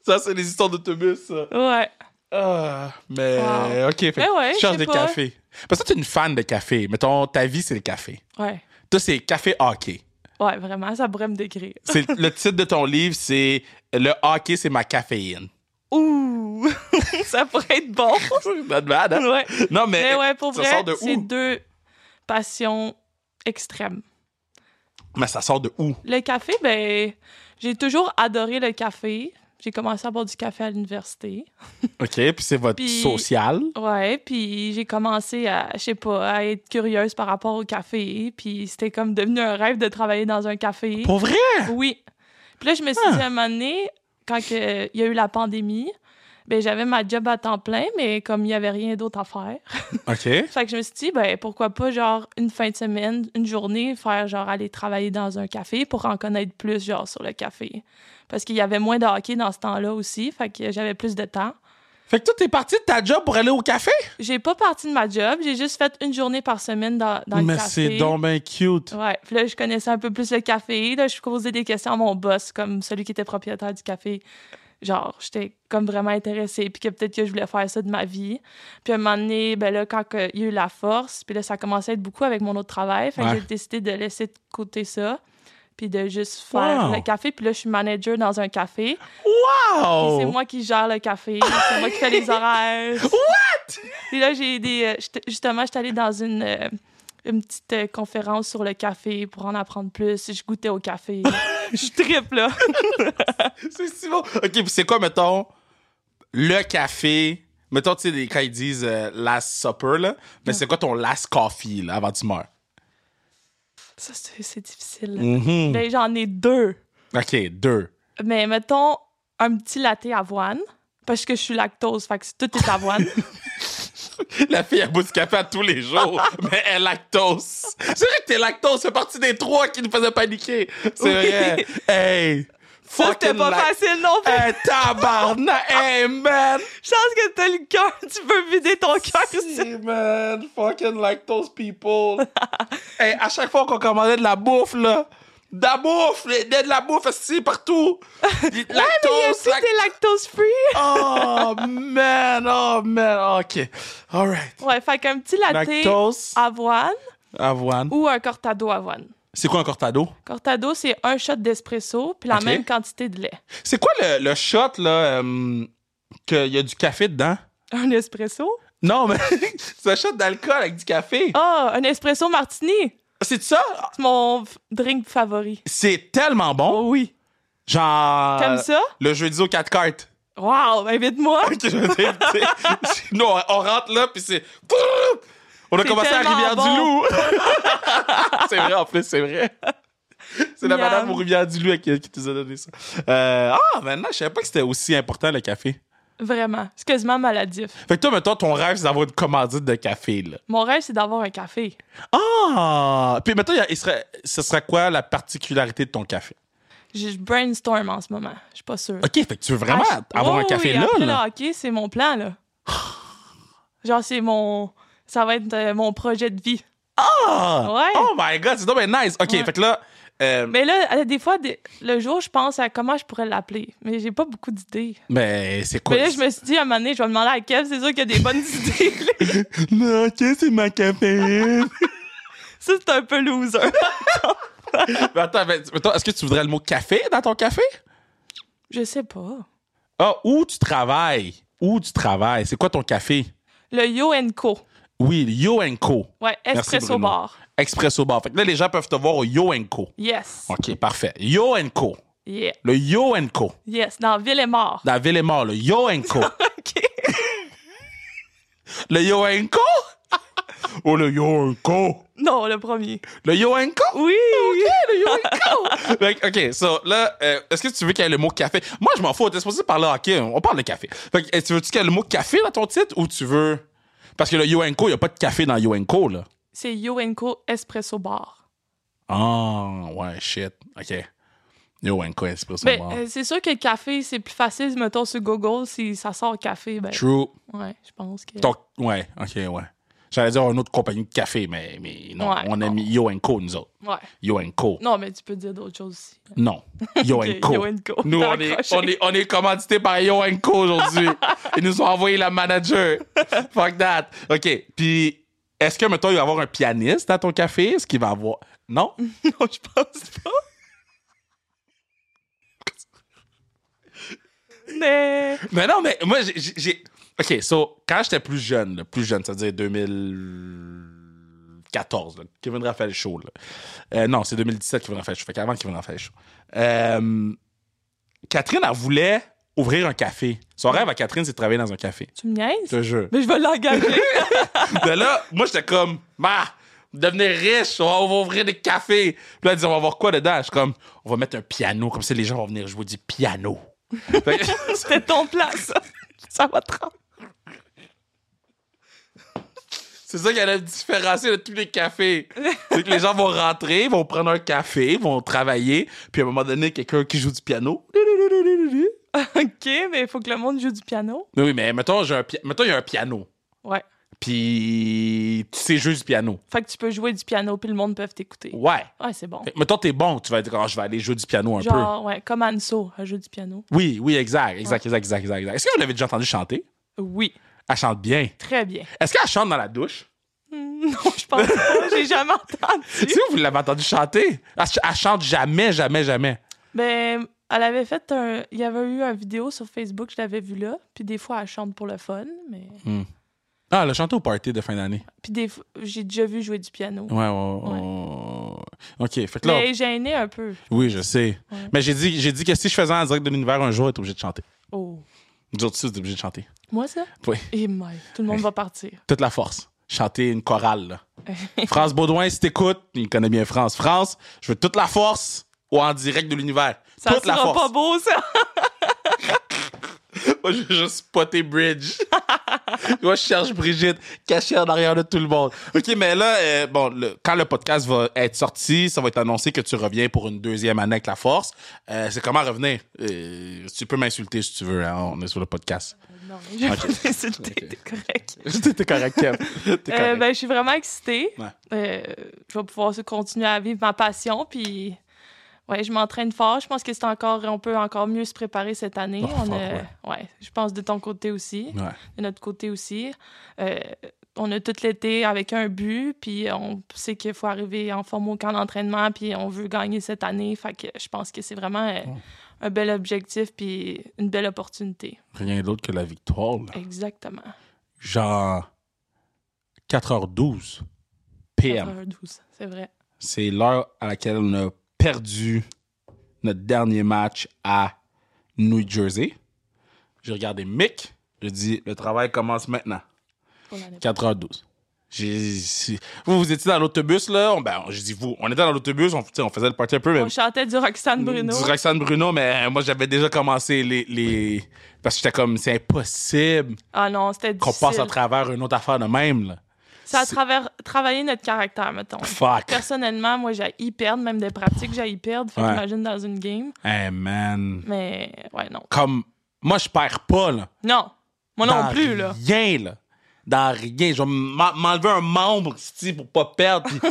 Speaker 3: Ça, c'est les histoires d'autobus, ça.
Speaker 1: Ouais.
Speaker 3: Ah, mais
Speaker 1: Wow.
Speaker 3: ok, fait que
Speaker 1: Mais ouais,
Speaker 3: tu cherches
Speaker 1: je
Speaker 3: des
Speaker 1: sais pas.
Speaker 3: cafés. Parce que toi, t'es une fan de café. Mettons, ta vie, c'est le café.
Speaker 1: Ouais.
Speaker 3: Toi, c'est café hockey.
Speaker 1: Ouais, vraiment, ça pourrait me décrire. [laughs]
Speaker 3: C'est le titre de ton livre, c'est le hockey, c'est
Speaker 1: [laughs]
Speaker 3: ma caféine.
Speaker 1: Ouh! [laughs] ça pourrait être bon.
Speaker 3: C'est pas de mal, hein?
Speaker 1: Ouais.
Speaker 3: Non, mais,
Speaker 1: Mais Ben ouais, pour
Speaker 3: ça
Speaker 1: vrai,
Speaker 3: sort de
Speaker 1: c'est
Speaker 3: où?
Speaker 1: deux passions extrêmes.
Speaker 3: mais ça sort de où?
Speaker 1: Le café, ben, j'ai toujours adoré le café. J'ai commencé à boire du café à l'université.
Speaker 3: Ok, puis c'est votre
Speaker 1: Puis-
Speaker 3: social.
Speaker 1: Ouais, puis j'ai commencé à, je sais pas, à être curieuse par rapport au café. Puis c'était comme devenu un rêve de travailler dans un café.
Speaker 3: Pour vrai?
Speaker 1: Oui. Puis là, je me suis
Speaker 3: Ah.
Speaker 1: dit à un moment donné, quand que- il y a eu la pandémie, ben, j'avais ma job à temps plein, mais comme il y avait rien d'autre à faire.
Speaker 3: Ok.
Speaker 1: Fait que je me suis dit, ben, pourquoi pas, genre, une fin de semaine, une journée, faire, genre, aller travailler dans un café pour en connaître plus, genre, sur le café. Parce qu'il y avait moins de hockey dans ce temps-là aussi, fait que j'avais plus de temps.
Speaker 3: Fait que toi, t'es parti de ta job pour aller au café?
Speaker 1: J'ai pas parti de ma job, j'ai juste fait une journée par semaine dans, dans le
Speaker 3: mais
Speaker 1: café.
Speaker 3: c'est donc bien cute.
Speaker 1: Ouais, puis là, je connaissais un peu plus le café. Là, je posais des questions à mon boss, comme celui qui était propriétaire du café. Genre, j'étais comme vraiment intéressée, puis que peut-être que je voulais faire ça de ma vie. Puis à un moment donné, ben là, quand que il y a eu la force, puis là, ça commençait à être beaucoup avec mon autre travail, fait que
Speaker 3: Ouais.
Speaker 1: j'ai décidé de laisser de côté ça, puis de juste faire
Speaker 3: Wow.
Speaker 1: le café. Puis là, je suis manager dans un café, puis c'est
Speaker 3: Wow!
Speaker 1: moi qui gère le café, c'est moi qui fais les
Speaker 3: [laughs]
Speaker 1: horaires.
Speaker 3: What?
Speaker 1: Puis là, j'ai des. euh, j'étais- Justement, j'étais allée dans une, euh, une petite euh, conférence sur le café pour en apprendre plus. Je goûtais au
Speaker 3: [laughs]
Speaker 1: café. Je tripe, là.
Speaker 3: C'est si bon. OK, puis c'est quoi, mettons, le café? Mettons, tu sais, les- quand ils disent euh, last supper, là, mais c'est quoi ton last coffee, là, avant que tu meurs?
Speaker 1: Ça, c'est c'est difficile.
Speaker 3: Mm.
Speaker 1: Ben, j'en ai deux.
Speaker 3: OK, deux. [laughs]
Speaker 1: Mais mettons un petit latte avoine. Parce que je suis lactose, fait que c'est- tout est
Speaker 3: [laughs]
Speaker 1: avoine.
Speaker 3: La fille, elle boit du café à tous les
Speaker 1: [laughs]
Speaker 3: jours, mais elle lactose. C'est vrai que t'es lactose, c'est partie des trois qui nous faisaient paniquer. C'est
Speaker 1: Oui.
Speaker 3: vrai. Hey!
Speaker 1: Ça, c'était
Speaker 3: fucking
Speaker 1: pas
Speaker 3: like-
Speaker 1: facile non plus.
Speaker 3: Hey,
Speaker 1: [laughs]
Speaker 3: tabarnak! hey, man!
Speaker 1: Je pense que t'as le cœur. Tu peux vider ton cœur aussi.
Speaker 3: Si, man! Fucking like those
Speaker 1: [laughs]
Speaker 3: people! hey, à chaque fois qu'on commandait de la bouffe, là, de la bouffe! il y avait De la bouffe,
Speaker 1: [laughs]
Speaker 3: c'est partout! Du
Speaker 1: Mais
Speaker 3: Lactose,
Speaker 1: [laughs] il y a aussi
Speaker 3: lact-
Speaker 1: des lactose free.
Speaker 3: Oh, man! Oh, man! OK. All right.
Speaker 1: Ouais, fait qu'un petit latte
Speaker 3: Lactose,
Speaker 1: avoine
Speaker 3: avoine.
Speaker 1: ou un cortado avoine.
Speaker 3: C'est quoi un cortado?
Speaker 1: Cortado, c'est un shot d'espresso puis la
Speaker 3: Ok.
Speaker 1: même quantité de lait.
Speaker 3: C'est quoi le, le shot, là, euh, qu'il y a du café dedans?
Speaker 1: Un espresso?
Speaker 3: Non, mais [laughs] c'est un shot d'alcool avec du café.
Speaker 1: Ah, un espresso martini.
Speaker 3: C'est ça?
Speaker 1: C'est mon f- drink favori.
Speaker 3: C'est tellement bon.
Speaker 1: Oh oui.
Speaker 3: Genre.
Speaker 1: T'aimes ça?
Speaker 3: Le jeudi aux 4 cartes.
Speaker 1: Wow, ben invite-moi.
Speaker 3: Je veux dire, tu sais, [laughs] Nous, on- on rentre là, puis c'est. [laughs] On a
Speaker 1: C'est
Speaker 3: commencé à
Speaker 1: tellement
Speaker 3: Rivière-du-Loup. [laughs] c'est vrai, en plus, c'est vrai. C'est la
Speaker 1: Miam.
Speaker 3: madame au Rivière-du-Loup qui, qui nous a donné ça. Euh, ah, maintenant, je savais pas que c'était aussi important le café.
Speaker 1: Vraiment, c'est quasiment maladif.
Speaker 3: Fait que toi, mettons, ton rêve, c'est d'avoir une commandite de café, là.
Speaker 1: Mon rêve, c'est d'avoir un café.
Speaker 3: Ah! Puis mettons, il y a- il serait, ce serait quoi la particularité de ton café?
Speaker 1: Je je brainstorm en ce moment. Je suis pas sûre.
Speaker 3: OK, fait que tu veux vraiment
Speaker 1: Ah, je-
Speaker 3: avoir
Speaker 1: Oh
Speaker 3: un café
Speaker 1: oui,
Speaker 3: là,
Speaker 1: après
Speaker 3: là?
Speaker 1: le hockey, c'est mon plan,
Speaker 3: [sighs]
Speaker 1: là. Genre, c'est mon... Ça va être euh, mon projet de vie.
Speaker 3: Ah!
Speaker 1: Ouais.
Speaker 3: Oh my God, c'est donc bien nice. OK,
Speaker 1: Ouais.
Speaker 3: fait que là... euh, mais
Speaker 1: Mais là, euh, des fois, des- le jour, je pense à comment je pourrais l'appeler. Mais j'ai pas beaucoup d'idées.
Speaker 3: c'est quoi?
Speaker 1: Mais là, je me suis dit, à un moment donné, je vais demander à Kev. C'est sûr qu'il y a des bonnes [laughs] idées. là.
Speaker 3: Non, OK, c'est ma caféine.
Speaker 1: Ça, c'est un peu loser.
Speaker 3: Mais attends, mais- mettons, est-ce que tu voudrais le mot café dans ton café?
Speaker 1: Je sais pas.
Speaker 3: Ah, où tu travailles? Où tu travailles? C'est quoi ton café?
Speaker 1: Le Yo Co.
Speaker 3: Oui, le Yo Co.
Speaker 1: Ouais,
Speaker 3: Merci,
Speaker 1: Espresso
Speaker 3: Bruno.
Speaker 1: Bar.
Speaker 3: Expresso Bar. Fait que là, les gens peuvent te voir au Yo Co.
Speaker 1: Yes.
Speaker 3: OK, parfait. Yo Co.
Speaker 1: Yeah.
Speaker 3: Le Yo Co.
Speaker 1: Yes. Dans Ville est
Speaker 3: [laughs]
Speaker 1: mort.
Speaker 3: Dans la ville est mort, le Yoenko.
Speaker 1: OK.
Speaker 3: Le Yoenko? oh, le Yoenko.
Speaker 1: Non, le premier.
Speaker 3: Le Yoenko?
Speaker 1: Oui.
Speaker 3: Le Yoenko. Fait que, OK, so, là, euh, est-ce que tu veux qu'il y ait le mot café? Moi, je m'en fous. T'es supposé parler hockey. On parle de café. Fait que, euh, tu veux-tu qu'il y ait le mot café dans ton titre ou tu veux... Parce que le Yoenko, il n'y a pas de café dans Yoenko, là.
Speaker 1: [laughs] C'est Yo Co Espresso Bar.
Speaker 3: Oh, Ah, ouais, shit. OK. Yoenko, espresso
Speaker 1: Ben,
Speaker 3: bar.
Speaker 1: euh, c'est sûr que le café, c'est plus facile, mettons, sur Google, si ça sort café, ben,
Speaker 3: True.
Speaker 1: ouais, je pense que...
Speaker 3: Donc, ouais, OK, ouais. J'allais dire une autre compagnie de café, mais, mais non,
Speaker 1: Ouais,
Speaker 3: on a
Speaker 1: non.
Speaker 3: mis Yoenko, nous autres.
Speaker 1: Ouais.
Speaker 3: Yoenko.
Speaker 1: Non, mais tu peux dire d'autres choses aussi.
Speaker 3: Non. Yoenko.
Speaker 1: Ok, Yoenko.
Speaker 3: Nous,
Speaker 1: T'as
Speaker 3: on est,
Speaker 1: accroché.
Speaker 3: on, est, on est commandité par Yoenko
Speaker 1: [laughs]
Speaker 3: aujourd'hui. Ils nous ont envoyé la manager. Fuck that. OK. Puis, est-ce que, mettons, il va y avoir un pianiste dans ton café? Est-ce qu'il va avoir. Non?
Speaker 1: [laughs] non, je pense pas. mais...
Speaker 3: mais non, mais moi, j'ai- j'ai. j'ai- OK, so, quand j'étais plus jeune, là, plus jeune, c'est-à-dire 2014, là, Kevin Raphaël Show, là. Euh, non, c'est 2017 Kevin Raphaël Show. Fait qu'avant Kevin Raphaël Show. Euh, Catherine, elle voulait ouvrir un café. Son rêve à Catherine, c'est de travailler dans un café.
Speaker 1: Tu me niaises?
Speaker 3: Je te jure.
Speaker 1: Mais je vais l'engager.
Speaker 3: [laughs]
Speaker 1: [laughs]
Speaker 3: De là, moi, j'étais comme, bah, devenir riche, on va, on va ouvrir des cafés. Puis là, elle dit, on va voir quoi dedans? Je suis comme, on va mettre un piano, comme ça, les gens vont venir jouer du [laughs] piano. Fait que-
Speaker 1: C'était ton plan, ça. Ça va te rendre.
Speaker 3: c'est ça qui allait me différencier de tous les cafés. C'est que les gens vont rentrer, vont prendre un café, vont travailler, puis à un moment donné, quelqu'un qui joue du piano.
Speaker 1: OK, mais il faut que le monde joue du piano.
Speaker 3: Mais Oui, mais mettons, j'ai un pia- mettons, il y a un piano.
Speaker 1: Ouais.
Speaker 3: Puis, tu sais jouer du piano.
Speaker 1: Fait que tu peux jouer du piano, puis le monde peut t'écouter.
Speaker 3: Ouais.
Speaker 1: Ouais, c'est bon.
Speaker 3: Fait que, Mettons, t'es bon, tu vas dire, Ah, je vais aller jouer du piano Oh. un peu.
Speaker 1: Genre, ouais, comme Anso, un jeu du piano.
Speaker 3: Oui, oui, exact, exact, exact, exact, exact. exact. Est-ce que vous l'avez déjà entendu chanter?
Speaker 1: Oui,
Speaker 3: Elle chante bien.
Speaker 1: très bien. [laughs]
Speaker 3: Est-ce qu'elle chante dans la douche?
Speaker 1: Hmm, Non, je pense pas. J'ai jamais
Speaker 3: [laughs]
Speaker 1: entendu.
Speaker 3: Si vous l'avez entendu chanter, elle, ch- elle chante jamais, jamais, jamais.
Speaker 1: Ben, elle avait fait un. Il y avait eu un vidéo sur Facebook, je l'avais vu là. Puis des fois, elle chante pour le fun. mais
Speaker 3: Ah, elle a chanté au party de fin d'année.
Speaker 1: Puis des fois, j'ai déjà vu jouer du piano.
Speaker 3: Ouais, ouais, ouais. OK, fait que là,
Speaker 1: Mais gênée un peu.
Speaker 3: oui, je sais.
Speaker 1: Ouais.
Speaker 3: Mais j'ai dit, j'ai dit que si je faisais en direct de l'univers un jour, elle était obligée de chanter.
Speaker 1: Oh.
Speaker 3: Nous autres, aussi, on est obligé de chanter.
Speaker 1: Moi, ça?
Speaker 3: Oui,
Speaker 1: Et my, tout le monde va partir.
Speaker 3: toute la force. Chanter une chorale,
Speaker 1: [laughs]
Speaker 3: là. France Baudouin, si t'écoutes, il connaît bien France. France, je veux toute la force ou en direct de l'univers.
Speaker 1: Ça
Speaker 3: toute la
Speaker 1: sera
Speaker 3: force.
Speaker 1: pas beau, ça!
Speaker 3: Moi, je vais juste spotter Bridge. [laughs] Moi, je cherche Brigitte, cachée en arrière de tout le monde. OK, mais là, euh, bon, le- quand le podcast va être sorti, ça va être annoncé que tu reviens pour une deuxième année avec la force. Euh, c'est comment revenir? Euh, tu peux m'insulter si tu veux, hein, on est sur le podcast.
Speaker 1: [laughs] Non, je vais pas t'insulter, t'es correct.
Speaker 3: [laughs] T'es correct, Kev. [laughs] T'es
Speaker 1: Euh,
Speaker 3: correct.
Speaker 1: ben, je suis vraiment excitée.
Speaker 3: Ouais.
Speaker 1: Euh, je vais pouvoir se- continuer à vivre ma passion. Puis, ouais, je m'entraîne fort. Je pense que c'est encore, on peut encore mieux se préparer cette année.
Speaker 3: Oh,
Speaker 1: on a-
Speaker 3: fuck, ouais.
Speaker 1: ouais, je pense de ton côté aussi,
Speaker 3: Ouais.
Speaker 1: de notre côté aussi. Euh, on a tout l'été avec un but, puis on sait qu'il faut arriver en forme au camp d'entraînement, puis on veut gagner cette année. Fait que je pense que c'est vraiment euh,
Speaker 3: Oh.
Speaker 1: un bel objectif, puis une belle opportunité.
Speaker 3: Rien d'autre que la victoire, là.
Speaker 1: Exactement.
Speaker 3: Genre 4h12 PM.
Speaker 1: 4h12, c'est vrai.
Speaker 3: C'est l'heure à laquelle on a perdu notre dernier match à New Jersey. J'ai regardé Mick. Je dis, le travail commence maintenant.
Speaker 1: Pour l'année
Speaker 3: 4h12. J'ai- si- Vous, vous étiez dans l'autobus, là. On- ben, je dis vous. On était dans l'autobus, on, tu sais, on faisait le party un peu, mais
Speaker 1: On chantait du Roxane Oh, Bruno.
Speaker 3: du Roxane Bruno, mais euh, moi, j'avais déjà commencé les. les... Parce que j'étais comme, c'est impossible
Speaker 1: Ah non, c'était
Speaker 3: qu'on
Speaker 1: difficile.
Speaker 3: passe à travers une autre affaire de même, là.
Speaker 1: Ça a
Speaker 3: c'est-
Speaker 1: travers... travaillé notre caractère, mettons.
Speaker 3: Fuck.
Speaker 1: Personnellement, moi, j'ai y perdre, même des pratiques, j'ai y perdre. Fait
Speaker 3: Ouais.
Speaker 1: j'imagine dans une game.
Speaker 3: Hey, man.
Speaker 1: Mais, ouais, non.
Speaker 3: Comme, moi, je perds pas, là.
Speaker 1: Non. Moi non
Speaker 3: Dans
Speaker 1: plus, là.
Speaker 3: Rien, là. Dans rien. Je vais m'en- m'enlever un membre, si pour pas
Speaker 1: [laughs]
Speaker 3: perdre. Puis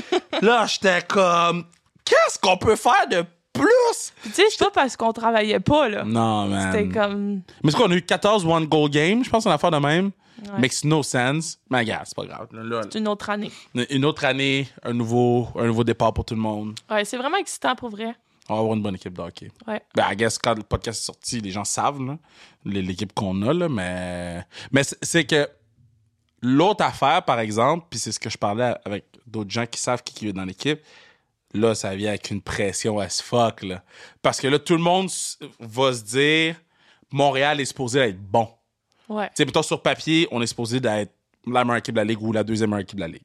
Speaker 3: là, j'étais comme, qu'est-ce qu'on peut faire de plus?
Speaker 1: Puis, tu sais, c'est pas parce qu'on travaillait pas, là.
Speaker 3: Non, man.
Speaker 1: C'était comme.
Speaker 3: Mais c'est quoi, on a eu 14 one goal game, je pense qu'on a fait de même.
Speaker 1: Ouais.
Speaker 3: Makes no sense. Mais regarde, c'est pas grave. Là, là,
Speaker 1: C'est une autre année.
Speaker 3: Une autre année, un nouveau, un nouveau départ pour tout le monde.
Speaker 1: Ouais, c'est vraiment excitant pour vrai.
Speaker 3: On va avoir une bonne équipe de hockey.
Speaker 1: Ouais.
Speaker 3: Ben, I guess quand le podcast est sorti, les gens savent là, l- l'équipe qu'on a, là, mais, mais c'est- c'est que l'autre affaire, par exemple, puis c'est ce que je parlais à- avec d'autres gens qui savent qui, qui est dans l'équipe, là, ça vient avec une pression à ce fuck. Là. Parce que là, tout le monde s- va se dire Montréal est supposé être bon.
Speaker 1: Ouais.
Speaker 3: Tu sais, mettons, sur papier, on est supposé d'être la meilleure équipe de la Ligue ou la deuxième meilleure équipe de la Ligue.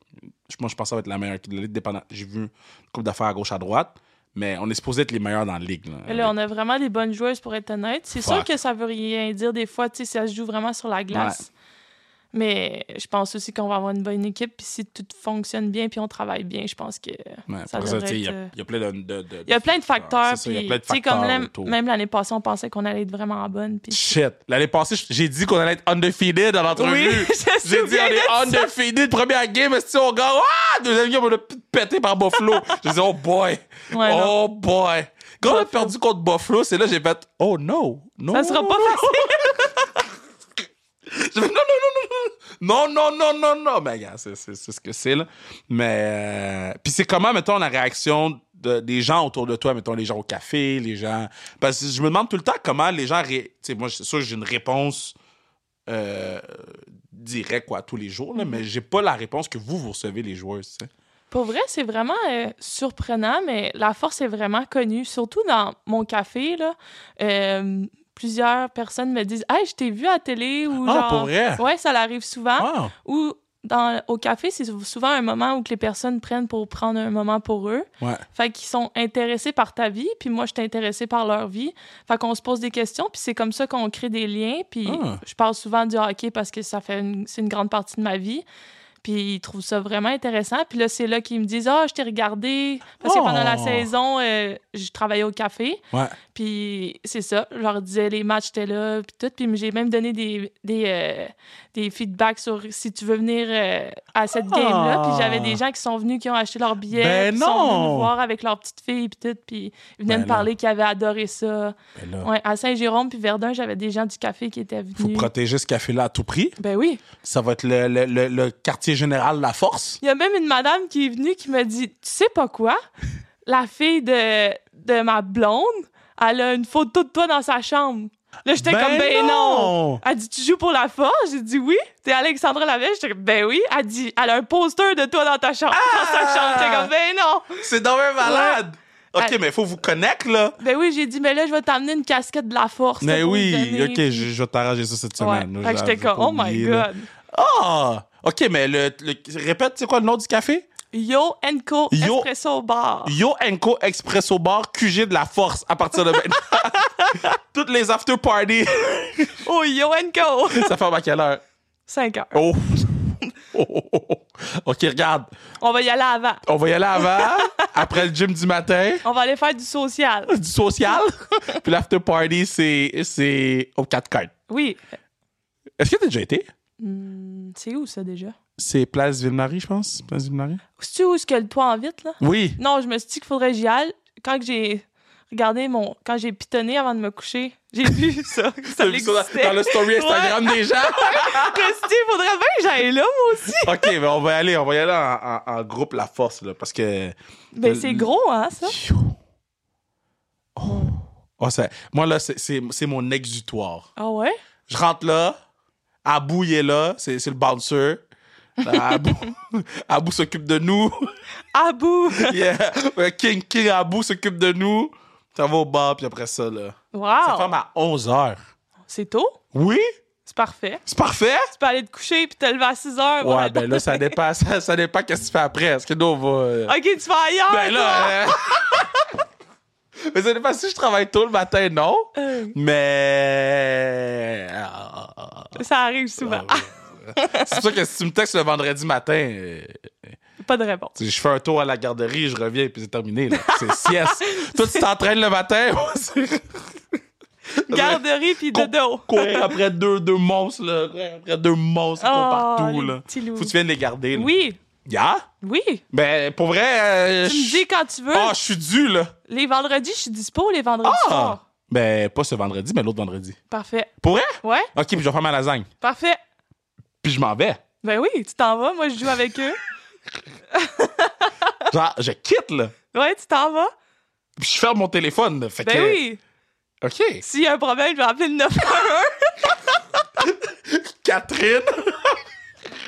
Speaker 3: Je- Moi, je pense que ça va être la meilleure équipe de la Ligue, dépendant. J'ai vu une coupe d'affaires à gauche, à droite, mais on est supposé être les meilleurs dans la Ligue. là.
Speaker 1: Mais là, on a vraiment des bonnes joueuses, pour être honnête. C'est sûr
Speaker 3: Ah Fuck.
Speaker 1: que ça veut rien dire des fois, tu sais, ça se joue vraiment sur la glace. Mais je pense aussi qu'on va avoir une bonne équipe. Puis si tout fonctionne bien, puis on travaille bien, je pense que
Speaker 3: Ouais,
Speaker 1: ça
Speaker 3: pour ça,
Speaker 1: devrait
Speaker 3: tu sais, il y,
Speaker 1: être, euh,
Speaker 3: a- il y a plein de, de- de-
Speaker 1: Il y a plein de facteurs.
Speaker 3: C'est ça, il y a
Speaker 1: puis,
Speaker 3: plein de
Speaker 1: tu sais,
Speaker 3: facteurs
Speaker 1: comme l'an-
Speaker 3: autour.
Speaker 1: même l'année passée, on pensait qu'on allait être vraiment bonne. Puis...
Speaker 3: Shit. L'année passée, je- j'ai dit qu'on allait être undefeated dans
Speaker 1: [laughs]
Speaker 3: l'entrevue.
Speaker 1: je
Speaker 3: [laughs] J'ai dit,
Speaker 1: souviens
Speaker 3: on est
Speaker 1: de ça.
Speaker 3: undefeated. Première game, si on gagne, ah! Deuxième game, on a pété
Speaker 1: [laughs]
Speaker 3: par Buffalo. j'ai dit, oh boy.
Speaker 1: Ouais, non.
Speaker 3: oh boy. Quand on
Speaker 1: Buffalo.
Speaker 3: a perdu contre Buffalo, c'est là que j'ai fait, oh no. no
Speaker 1: Ça sera pas facile.
Speaker 3: J'ai fait, [laughs] non, non, non, non, non. Non, non, non, non. Mais gars, c'est c'est- c'est ce que c'est, là. Mais. euh, Puis c'est comment, mettons, la réaction de- des gens autour de toi, mettons, les gens au café, les gens. Parce que je me demande tout le temps comment les gens. ré- Tu sais, moi, c'est sûr que j'ai une réponse euh, directe, quoi, tous les jours, là, mais j'ai pas la réponse que vous, vous recevez, les joueuses, tu sais.
Speaker 1: Pour vrai, c'est vraiment euh, surprenant, mais la force est vraiment connue. Surtout dans mon café, là. Euh, plusieurs personnes me disent Hey, je t'ai vu à la télé. Ou
Speaker 3: Ah,
Speaker 1: genre...
Speaker 3: pour vrai?
Speaker 1: Ouais, ça l'arrive souvent.
Speaker 3: Ah!
Speaker 1: Ou dans, au café, c'est souvent un moment où que les personnes prennent pour prendre un moment pour eux.
Speaker 3: Ouais.
Speaker 1: Fait qu'ils sont intéressés par ta vie, puis moi, je suis intéressée par leur vie. Fait qu'on se pose des questions, puis c'est comme ça qu'on crée des liens. Puis
Speaker 3: Ah.
Speaker 1: je parle souvent du hockey parce que ça fait une, c'est une grande partie de ma vie. Puis ils trouvent ça vraiment intéressant. Puis là, c'est là qu'ils me disent « Ah, je t'ai regardé! » Parce
Speaker 3: Oh.
Speaker 1: que pendant la saison, euh, je travaillais au café.
Speaker 3: Ouais.
Speaker 1: Puis c'est ça, je leur disais les matchs étaient là, puis tout. Puis j'ai même donné des, des, euh, des feedbacks sur si tu veux venir euh, à cette
Speaker 3: Ah!
Speaker 1: game-là. Puis j'avais des gens qui sont venus, qui ont acheté leurs billets,
Speaker 3: Ben
Speaker 1: qui sont venus
Speaker 3: non!
Speaker 1: me voir avec leur petite fille, puis tout. Puis ils venaient
Speaker 3: Ben
Speaker 1: me parler qu'ils avaient adoré ça.
Speaker 3: Ben là,
Speaker 1: Ouais, Mm. à Saint-Jérôme, puis Verdun, j'avais des gens du café qui étaient
Speaker 3: faut
Speaker 1: venus.
Speaker 3: protéger ce café-là à tout prix.
Speaker 1: Ben oui.
Speaker 3: Ça va être le, le- le- le quartier général de la force.
Speaker 1: Il y a même une madame qui est venue qui me dit Tu sais pas quoi La fille de, de ma blonde, elle a une photo de toi dans sa chambre. Là, j'étais comme Ben non. Elle dit, tu joues pour la force? J'ai dit oui. T'es Alexandra Lavelle? J'étais comme, ben oui. Elle dit, elle a un poster de toi dans ta chambre.
Speaker 3: Ah!
Speaker 1: Dans sa chambre. J'étais comme, ben non.
Speaker 3: C'est dans un malade! OK,
Speaker 1: Ah.
Speaker 3: mais il faut vous connecter, là.
Speaker 1: Ben oui, j'ai dit, mais là, je vais t'amener une casquette de la force. là,
Speaker 3: Mais
Speaker 1: pour lui
Speaker 3: oui,
Speaker 1: donner.
Speaker 3: OK, je, je vais t'arranger ça cette
Speaker 1: Ouais.
Speaker 3: semaine.
Speaker 1: Fait que j'étais comme, oh my god.
Speaker 3: Ah! OK, mais le, le- répète, c'est quoi le nom du café?
Speaker 1: Yo Co
Speaker 3: Yo-
Speaker 1: Espresso Bar.
Speaker 3: Yo Enco Expresso Bar QG de la force à partir de maintenant. [laughs] Toutes les after parties.
Speaker 1: Oh, Yo Co.
Speaker 3: ça fait à quelle heure?
Speaker 1: 5 heures.
Speaker 3: Oh. [laughs] Oh, oh, oh, oh. OK, regarde.
Speaker 1: On va y aller avant.
Speaker 3: On va y aller avant, après le gym du matin,
Speaker 1: On va aller faire du social.
Speaker 3: du social. [laughs] Puis l'after party, c'est, c'est au 4 cartes.
Speaker 1: Oui.
Speaker 3: Est-ce que t'as déjà été?
Speaker 1: Hmm, c'est où ça déjà?
Speaker 3: C'est Place Ville-Marie, je pense. Place Ville-Marie.
Speaker 1: C'est où est-ce que le toit en vite, là?
Speaker 3: Oui.
Speaker 1: Non, je me suis dit qu'il faudrait que j'y aille. Quand que j'ai regardé mon. Quand j'ai pitonné avant de me coucher, j'ai vu [laughs] ça. que [laughs] ça
Speaker 3: [laughs] T'as vu ça dans,
Speaker 1: existait. [laughs]
Speaker 3: dans le story Instagram [laughs] des gens.
Speaker 1: Je me suis dit, il faudrait bien que j'aille là, moi aussi.
Speaker 3: OK, mais on va y aller, on va y aller en, en- en groupe La Force, là, parce que...
Speaker 1: Ben,
Speaker 3: Le-
Speaker 1: c'est gros, hein, ça?
Speaker 3: Yo. Oh. Oh, c'est- moi, là, c'est- c'est c'est mon exutoire.
Speaker 1: Ah ouais?
Speaker 3: Je rentre là, Abou, il est là, c'est c'est le bouncer. Euh, Abou, [laughs] Abou s'occupe de nous. [laughs]
Speaker 1: À bout!
Speaker 3: Yeah. Ouais, King King Abou s'occupe de nous. Ça va au bar, puis après ça, là. Ça
Speaker 1: Wow!
Speaker 3: ferme à 11h.
Speaker 1: C'est tôt?
Speaker 3: Oui,
Speaker 1: C'est parfait.
Speaker 3: c'est parfait.
Speaker 1: Tu peux aller te coucher puis te lever à 6 heures.
Speaker 3: [laughs] Ouais, ben là, ça dépend, ça, ça dépend qu'est-ce que tu fais après. Est-ce que nous, on va... euh,
Speaker 1: [laughs] OK, tu vas ailleurs.
Speaker 3: Ben là... euh, [laughs] Mais ça dépend si je travaille tôt le matin, non.
Speaker 1: toi. Euh,
Speaker 3: Mais... Ah, ah,
Speaker 1: Ça arrive [laughs] souvent.
Speaker 3: ah, ah. C'est pour ça que si tu me textes le vendredi matin, euh,
Speaker 1: Ah, pas de réponse.
Speaker 3: [laughs] tu sais, je fais un tour à la garderie, je reviens, puis c'est terminé. là. C'est
Speaker 1: [laughs]
Speaker 3: sieste. Toi, tu t'entraînes le matin. [laughs] moi, c'est-
Speaker 1: Garderie puis
Speaker 3: Cou-
Speaker 1: dodo.
Speaker 3: courir après deux, deux monstres, là. Courir après deux monstres qui courent
Speaker 1: Oh,
Speaker 3: partout,
Speaker 1: les
Speaker 3: là.
Speaker 1: petits loups.
Speaker 3: Faut que tu viennes les garder, là.
Speaker 1: Oui,
Speaker 3: Yeah?
Speaker 1: oui.
Speaker 3: Ben, pour vrai... euh,
Speaker 1: Tu me
Speaker 3: je-
Speaker 1: dis quand tu veux.
Speaker 3: Ah, je suis dû, là.
Speaker 1: Les vendredis, je suis dispo les vendredis
Speaker 3: Ah!
Speaker 1: soirs.
Speaker 3: Ben, pas ce vendredi, mais l'autre vendredi.
Speaker 1: Parfait.
Speaker 3: Pour vrai?
Speaker 1: Ouais,
Speaker 3: OK, puis je vais faire ma lasagne.
Speaker 1: parfait.
Speaker 3: Puis je m'en vais.
Speaker 1: Ben oui, tu t'en vas. Moi, je joue avec eux.
Speaker 3: Genre, je quitte, là.
Speaker 1: Ouais, tu t'en vas.
Speaker 3: Puis je ferme mon téléphone. là. Fait
Speaker 1: Ben
Speaker 3: que...
Speaker 1: oui.
Speaker 3: OK.
Speaker 1: S'il y a un problème, je vais appeler le 911.
Speaker 3: Catherine.
Speaker 1: [laughs]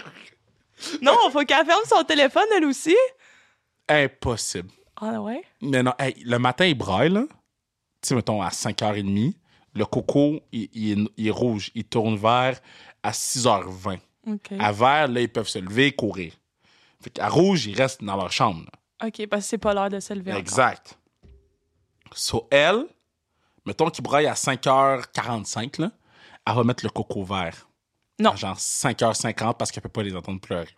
Speaker 1: non, faut qu'elle ferme son téléphone, elle aussi.
Speaker 3: [laughs] Impossible.
Speaker 1: Ah ouais?
Speaker 3: Mais non, hey, le matin, il braille, là. Tu sais, mettons, à 5h30, le coco, il, il est- il est rouge. Il tourne vert à 6h20.
Speaker 1: OK.
Speaker 3: À vert, là, ils peuvent se lever et courir. Fait qu'à rouge, ils restent dans leur chambre. là.
Speaker 1: OK, parce que c'est pas l'heure de se lever
Speaker 3: Ben,
Speaker 1: encore.
Speaker 3: Exact. So, elle, mettons qu'il braille à 5h45, là, elle va mettre le coco vert.
Speaker 1: Non.
Speaker 3: À genre 5h50 parce qu'elle peut pas les entendre pleurer.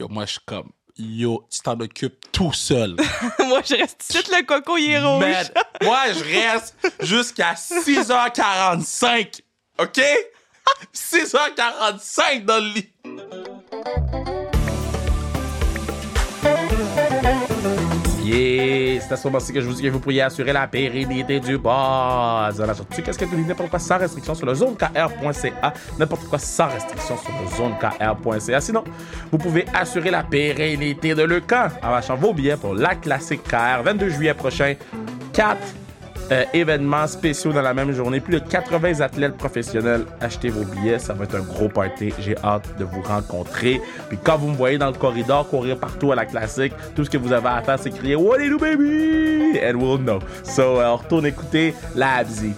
Speaker 3: Yo, moi, je suis comme, yo, tu t'en occupes tout seul.
Speaker 1: [laughs] Moi, je reste ici, le coco, il est rouge.
Speaker 3: Man, moi, je reste jusqu'à 6h45. OK? 6h45 dans le lit.
Speaker 4: Yeah, c'est à ce moment-ci que je vous dis que vous pourriez assurer la pérennité du buzz. Alors, surtout, qu'est-ce que tu dis? N'importe quoi sans restriction sur le zonekr.ca. N'importe quoi sans restriction sur le zonekr.ca. Sinon, vous pouvez assurer la pérennité de le camp en achetant vos billets pour la classique KR 22 juillet prochain. 4 euh, événements spéciaux dans la même journée. Plus de 80 athlètes professionnels. Achetez vos billets, ça va être un gros party. J'ai hâte de vous rencontrer. Puis quand vous me voyez dans le corridor courir partout à la classique, tout ce que vous avez à faire, c'est crier What do you do, baby? And we'll know. So, euh, on retourne écouter la Abzi.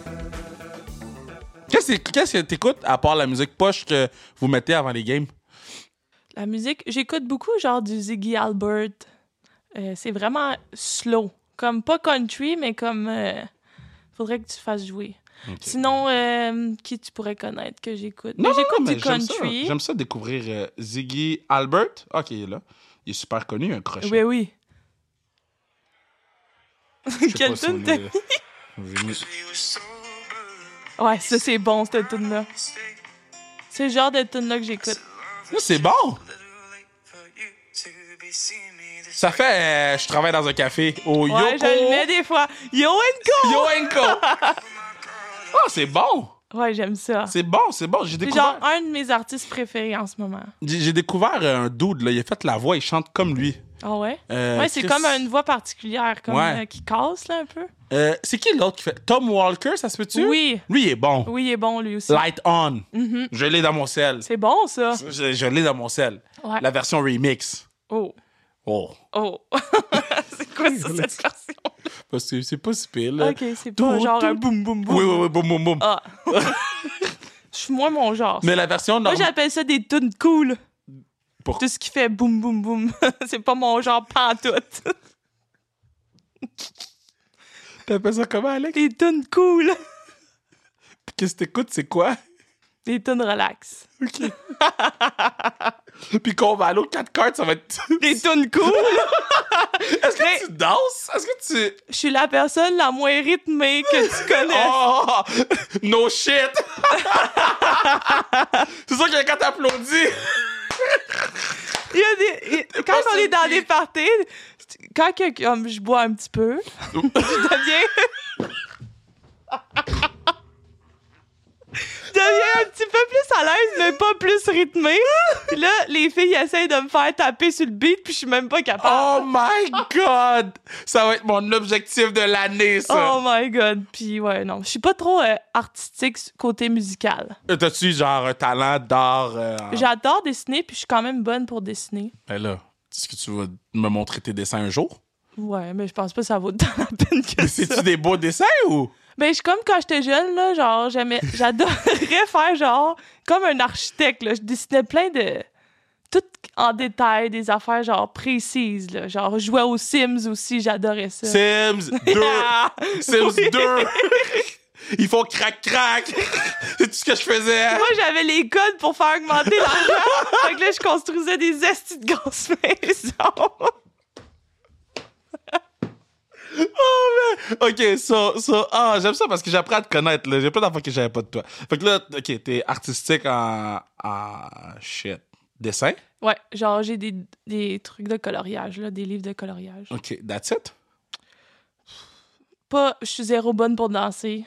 Speaker 3: Qu'est-ce que qu'est-ce que t'écoutes à part la musique poche que vous mettez avant les games?
Speaker 1: La musique, j'écoute beaucoup, genre du Ziggy Albert. Euh, c'est vraiment slow. Comme pas country, mais comme. euh, faudrait que tu fasses jouer. Sinon, euh, qui tu pourrais connaître que j'écoute? Mais j'écoute du
Speaker 3: j'aime ça.
Speaker 1: country.
Speaker 3: J'aime ça découvrir euh, Ziggy Albert. OK, il est là. Il est super connu, un
Speaker 1: Oui,
Speaker 3: crochet.
Speaker 1: oui.
Speaker 3: Je sais
Speaker 1: Quelle
Speaker 3: pas si
Speaker 1: tune
Speaker 3: on
Speaker 1: t'as
Speaker 3: est- euh, on est mis-
Speaker 1: Ouais, ça c'est bon, cette tune-là. C'est le genre de tune-là que j'écoute.
Speaker 3: Là, C'est bon! Ça fait... euh, je travaille dans un café au
Speaker 1: Ouais,
Speaker 3: Yoko...
Speaker 1: je le mets des fois. Yo and [laughs]
Speaker 3: Yoenko! Ah, c'est bon!
Speaker 1: go! Ouais, j'aime ça.
Speaker 3: C'est bon, c'est bon. J'ai
Speaker 1: C'est
Speaker 3: découvert...
Speaker 1: genre un de mes artistes préférés en ce moment.
Speaker 3: J'ai j'ai découvert euh, un dude, là. Il a fait la voix, il chante comme lui.
Speaker 1: Ah ouais?
Speaker 3: Euh,
Speaker 1: ouais, c'est
Speaker 3: Chris-
Speaker 1: comme une voix particulière, comme
Speaker 3: Ouais.
Speaker 1: euh, qui casse là un peu.
Speaker 3: Euh, c'est qui l'autre qui fait Tom Walker, ça se peut-tu
Speaker 1: Oui.
Speaker 3: Lui, il est bon.
Speaker 1: Oui, Mm-hmm. il est bon lui aussi.
Speaker 3: Light On. Je l'ai dans mon sel.
Speaker 1: C'est bon ça.
Speaker 3: Je, je l'ai dans mon sel.
Speaker 1: Ouais.
Speaker 3: La version remix.
Speaker 1: Oh,
Speaker 3: Oh.
Speaker 1: oh. [laughs] c'est quoi ça, [laughs] cette version?
Speaker 3: Parce que c'est pas si pire, là.
Speaker 1: Ok, c'est pas
Speaker 3: Tout,
Speaker 1: genre
Speaker 3: tout.
Speaker 1: un boum boum boum.
Speaker 3: Oui, oui, oui, boum, boum, boum.
Speaker 1: Ah. Je suis moins mon genre.
Speaker 3: Mais la version
Speaker 1: Moi,
Speaker 3: normale.
Speaker 1: j'appelle ça des tunes cool.
Speaker 3: Pour-
Speaker 1: Tout ce qui fait boum boum boum. [laughs] c'est pas mon genre pantoute. [laughs]
Speaker 3: T'appelles ça comment, Alex
Speaker 1: Des tunes cool.
Speaker 3: Qu'est-ce que t'écoutes, c'est quoi
Speaker 1: Les tunes relax.
Speaker 3: Puis quand on va à l'autre 4 cartes, ça va être. [laughs]
Speaker 1: Les tunes cool. [laughs]
Speaker 3: Est-ce
Speaker 1: Mais-
Speaker 3: que tu danses? Est-ce que tu.
Speaker 1: Je suis la personne la moins rythmée que tu connais.
Speaker 3: Oh! [laughs] No shit! [laughs] C'est sûr que quand t'applaudis. [laughs]
Speaker 1: Il y a des- il- quand
Speaker 3: pas
Speaker 1: on est dans
Speaker 3: surpris.
Speaker 1: des parties, c'est- quand que- comme je bois un petit peu, [laughs] je deviens. je deviens un petit peu plus à l'aise, mais pas plus rythmée. Puis là, les filles essayent de me faire taper sur le beat, puis je suis même pas capable.
Speaker 3: Oh my god! Ça va être mon objectif de l'année, ça.
Speaker 1: Oh my god. Puis ouais, non. Je suis pas trop euh, artistique s- côté musical.
Speaker 3: Euh, T'as-tu genre un talent d'art? euh, en-
Speaker 1: J'adore dessiner, puis je suis quand même bonne pour dessiner.
Speaker 3: Ben là, est-ce que tu vas me montrer tes dessins
Speaker 1: [laughs]
Speaker 3: un jour?
Speaker 1: Ouais, mais je pense pas que ça vaut tant la peine que ça.
Speaker 3: Mais C'est-tu des beaux dessins
Speaker 1: [laughs]
Speaker 3: ou?
Speaker 1: Ben, je suis comme quand j'étais jeune, là, genre, j'aimais, j'adorais faire, genre, comme un architecte, là. Je dessinais plein de. Tout en détail, des affaires, genre, précises, là. Genre, je jouais aux Sims aussi, j'adorais ça.
Speaker 3: Sims 2!
Speaker 1: Ah!
Speaker 3: [laughs] Sims
Speaker 1: [laughs] Oui.
Speaker 3: 2! [laughs] Ils font crac-crac! [laughs] C'est tout ce que je faisais!
Speaker 1: Moi, j'avais les codes pour faire augmenter l'argent. fait que là, je construisais des estis de grosses maisons.
Speaker 3: Ok, so, so, ah, j'aime ça parce que j'apprends à te connaître, là. J'ai plein d'enfants que j'avais pas de toi. Fait que là, ok, t'es artistique en, en shit. Dessin?
Speaker 1: ouais, genre, j'ai des, des trucs de coloriage, là, des livres de coloriage.
Speaker 3: Ok, that's it?
Speaker 1: Pas, je suis zéro bonne pour danser.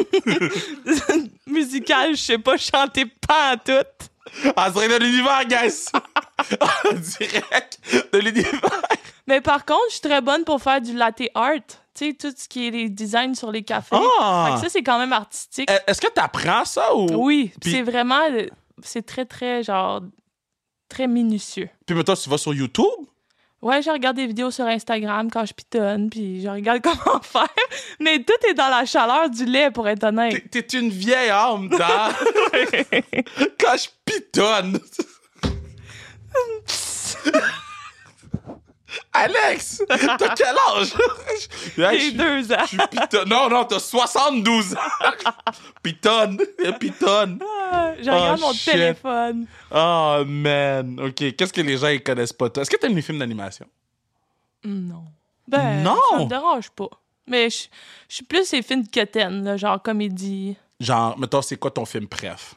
Speaker 1: [laughs] Musical, je sais pas chanter pas en tout.
Speaker 3: En direct de l'univers, guys! [laughs] en direct de l'univers!
Speaker 1: Mais par contre, je suis très bonne pour faire du latte art. Tu sais, tout ce qui est les designs sur les cafés. Fait que
Speaker 3: Ah!
Speaker 1: ça, c'est quand même artistique.
Speaker 3: Euh, Est-ce que t'apprends ça ou.
Speaker 1: oui,
Speaker 3: puis-
Speaker 1: c'est vraiment... euh, C'est très, très, genre... Très minutieux.
Speaker 3: Puis maintenant, tu vas sur YouTube?
Speaker 1: Ouais, je regarde des vidéos sur Instagram quand je pitonne, puis je regarde [laughs] comment faire. Mais tout est dans la chaleur du lait, pour être honnête.
Speaker 3: T'es t'es une vieille âme, dans Quand je pitonne! Alex! T'as quel âge? Hey, je
Speaker 1: J'ai
Speaker 3: suis-
Speaker 1: deux ans.
Speaker 3: je suis pitonne. Non, non, t'as 72 ans! pitonne! eh, Pitonne!
Speaker 1: Ah, [laughs] Je regarde
Speaker 3: Oh,
Speaker 1: mon
Speaker 3: shit.
Speaker 1: téléphone.
Speaker 3: Oh, man! OK, qu'est-ce que les gens, ils connaissent pas, toi? Est-ce que t'aimes les films d'animation?
Speaker 1: Non. Ben,
Speaker 3: Non!
Speaker 1: ça me dérange pas. Mais je je suis plus les films de quétaine, là, genre comédie.
Speaker 3: Genre, mettons, c'est quoi ton film préf?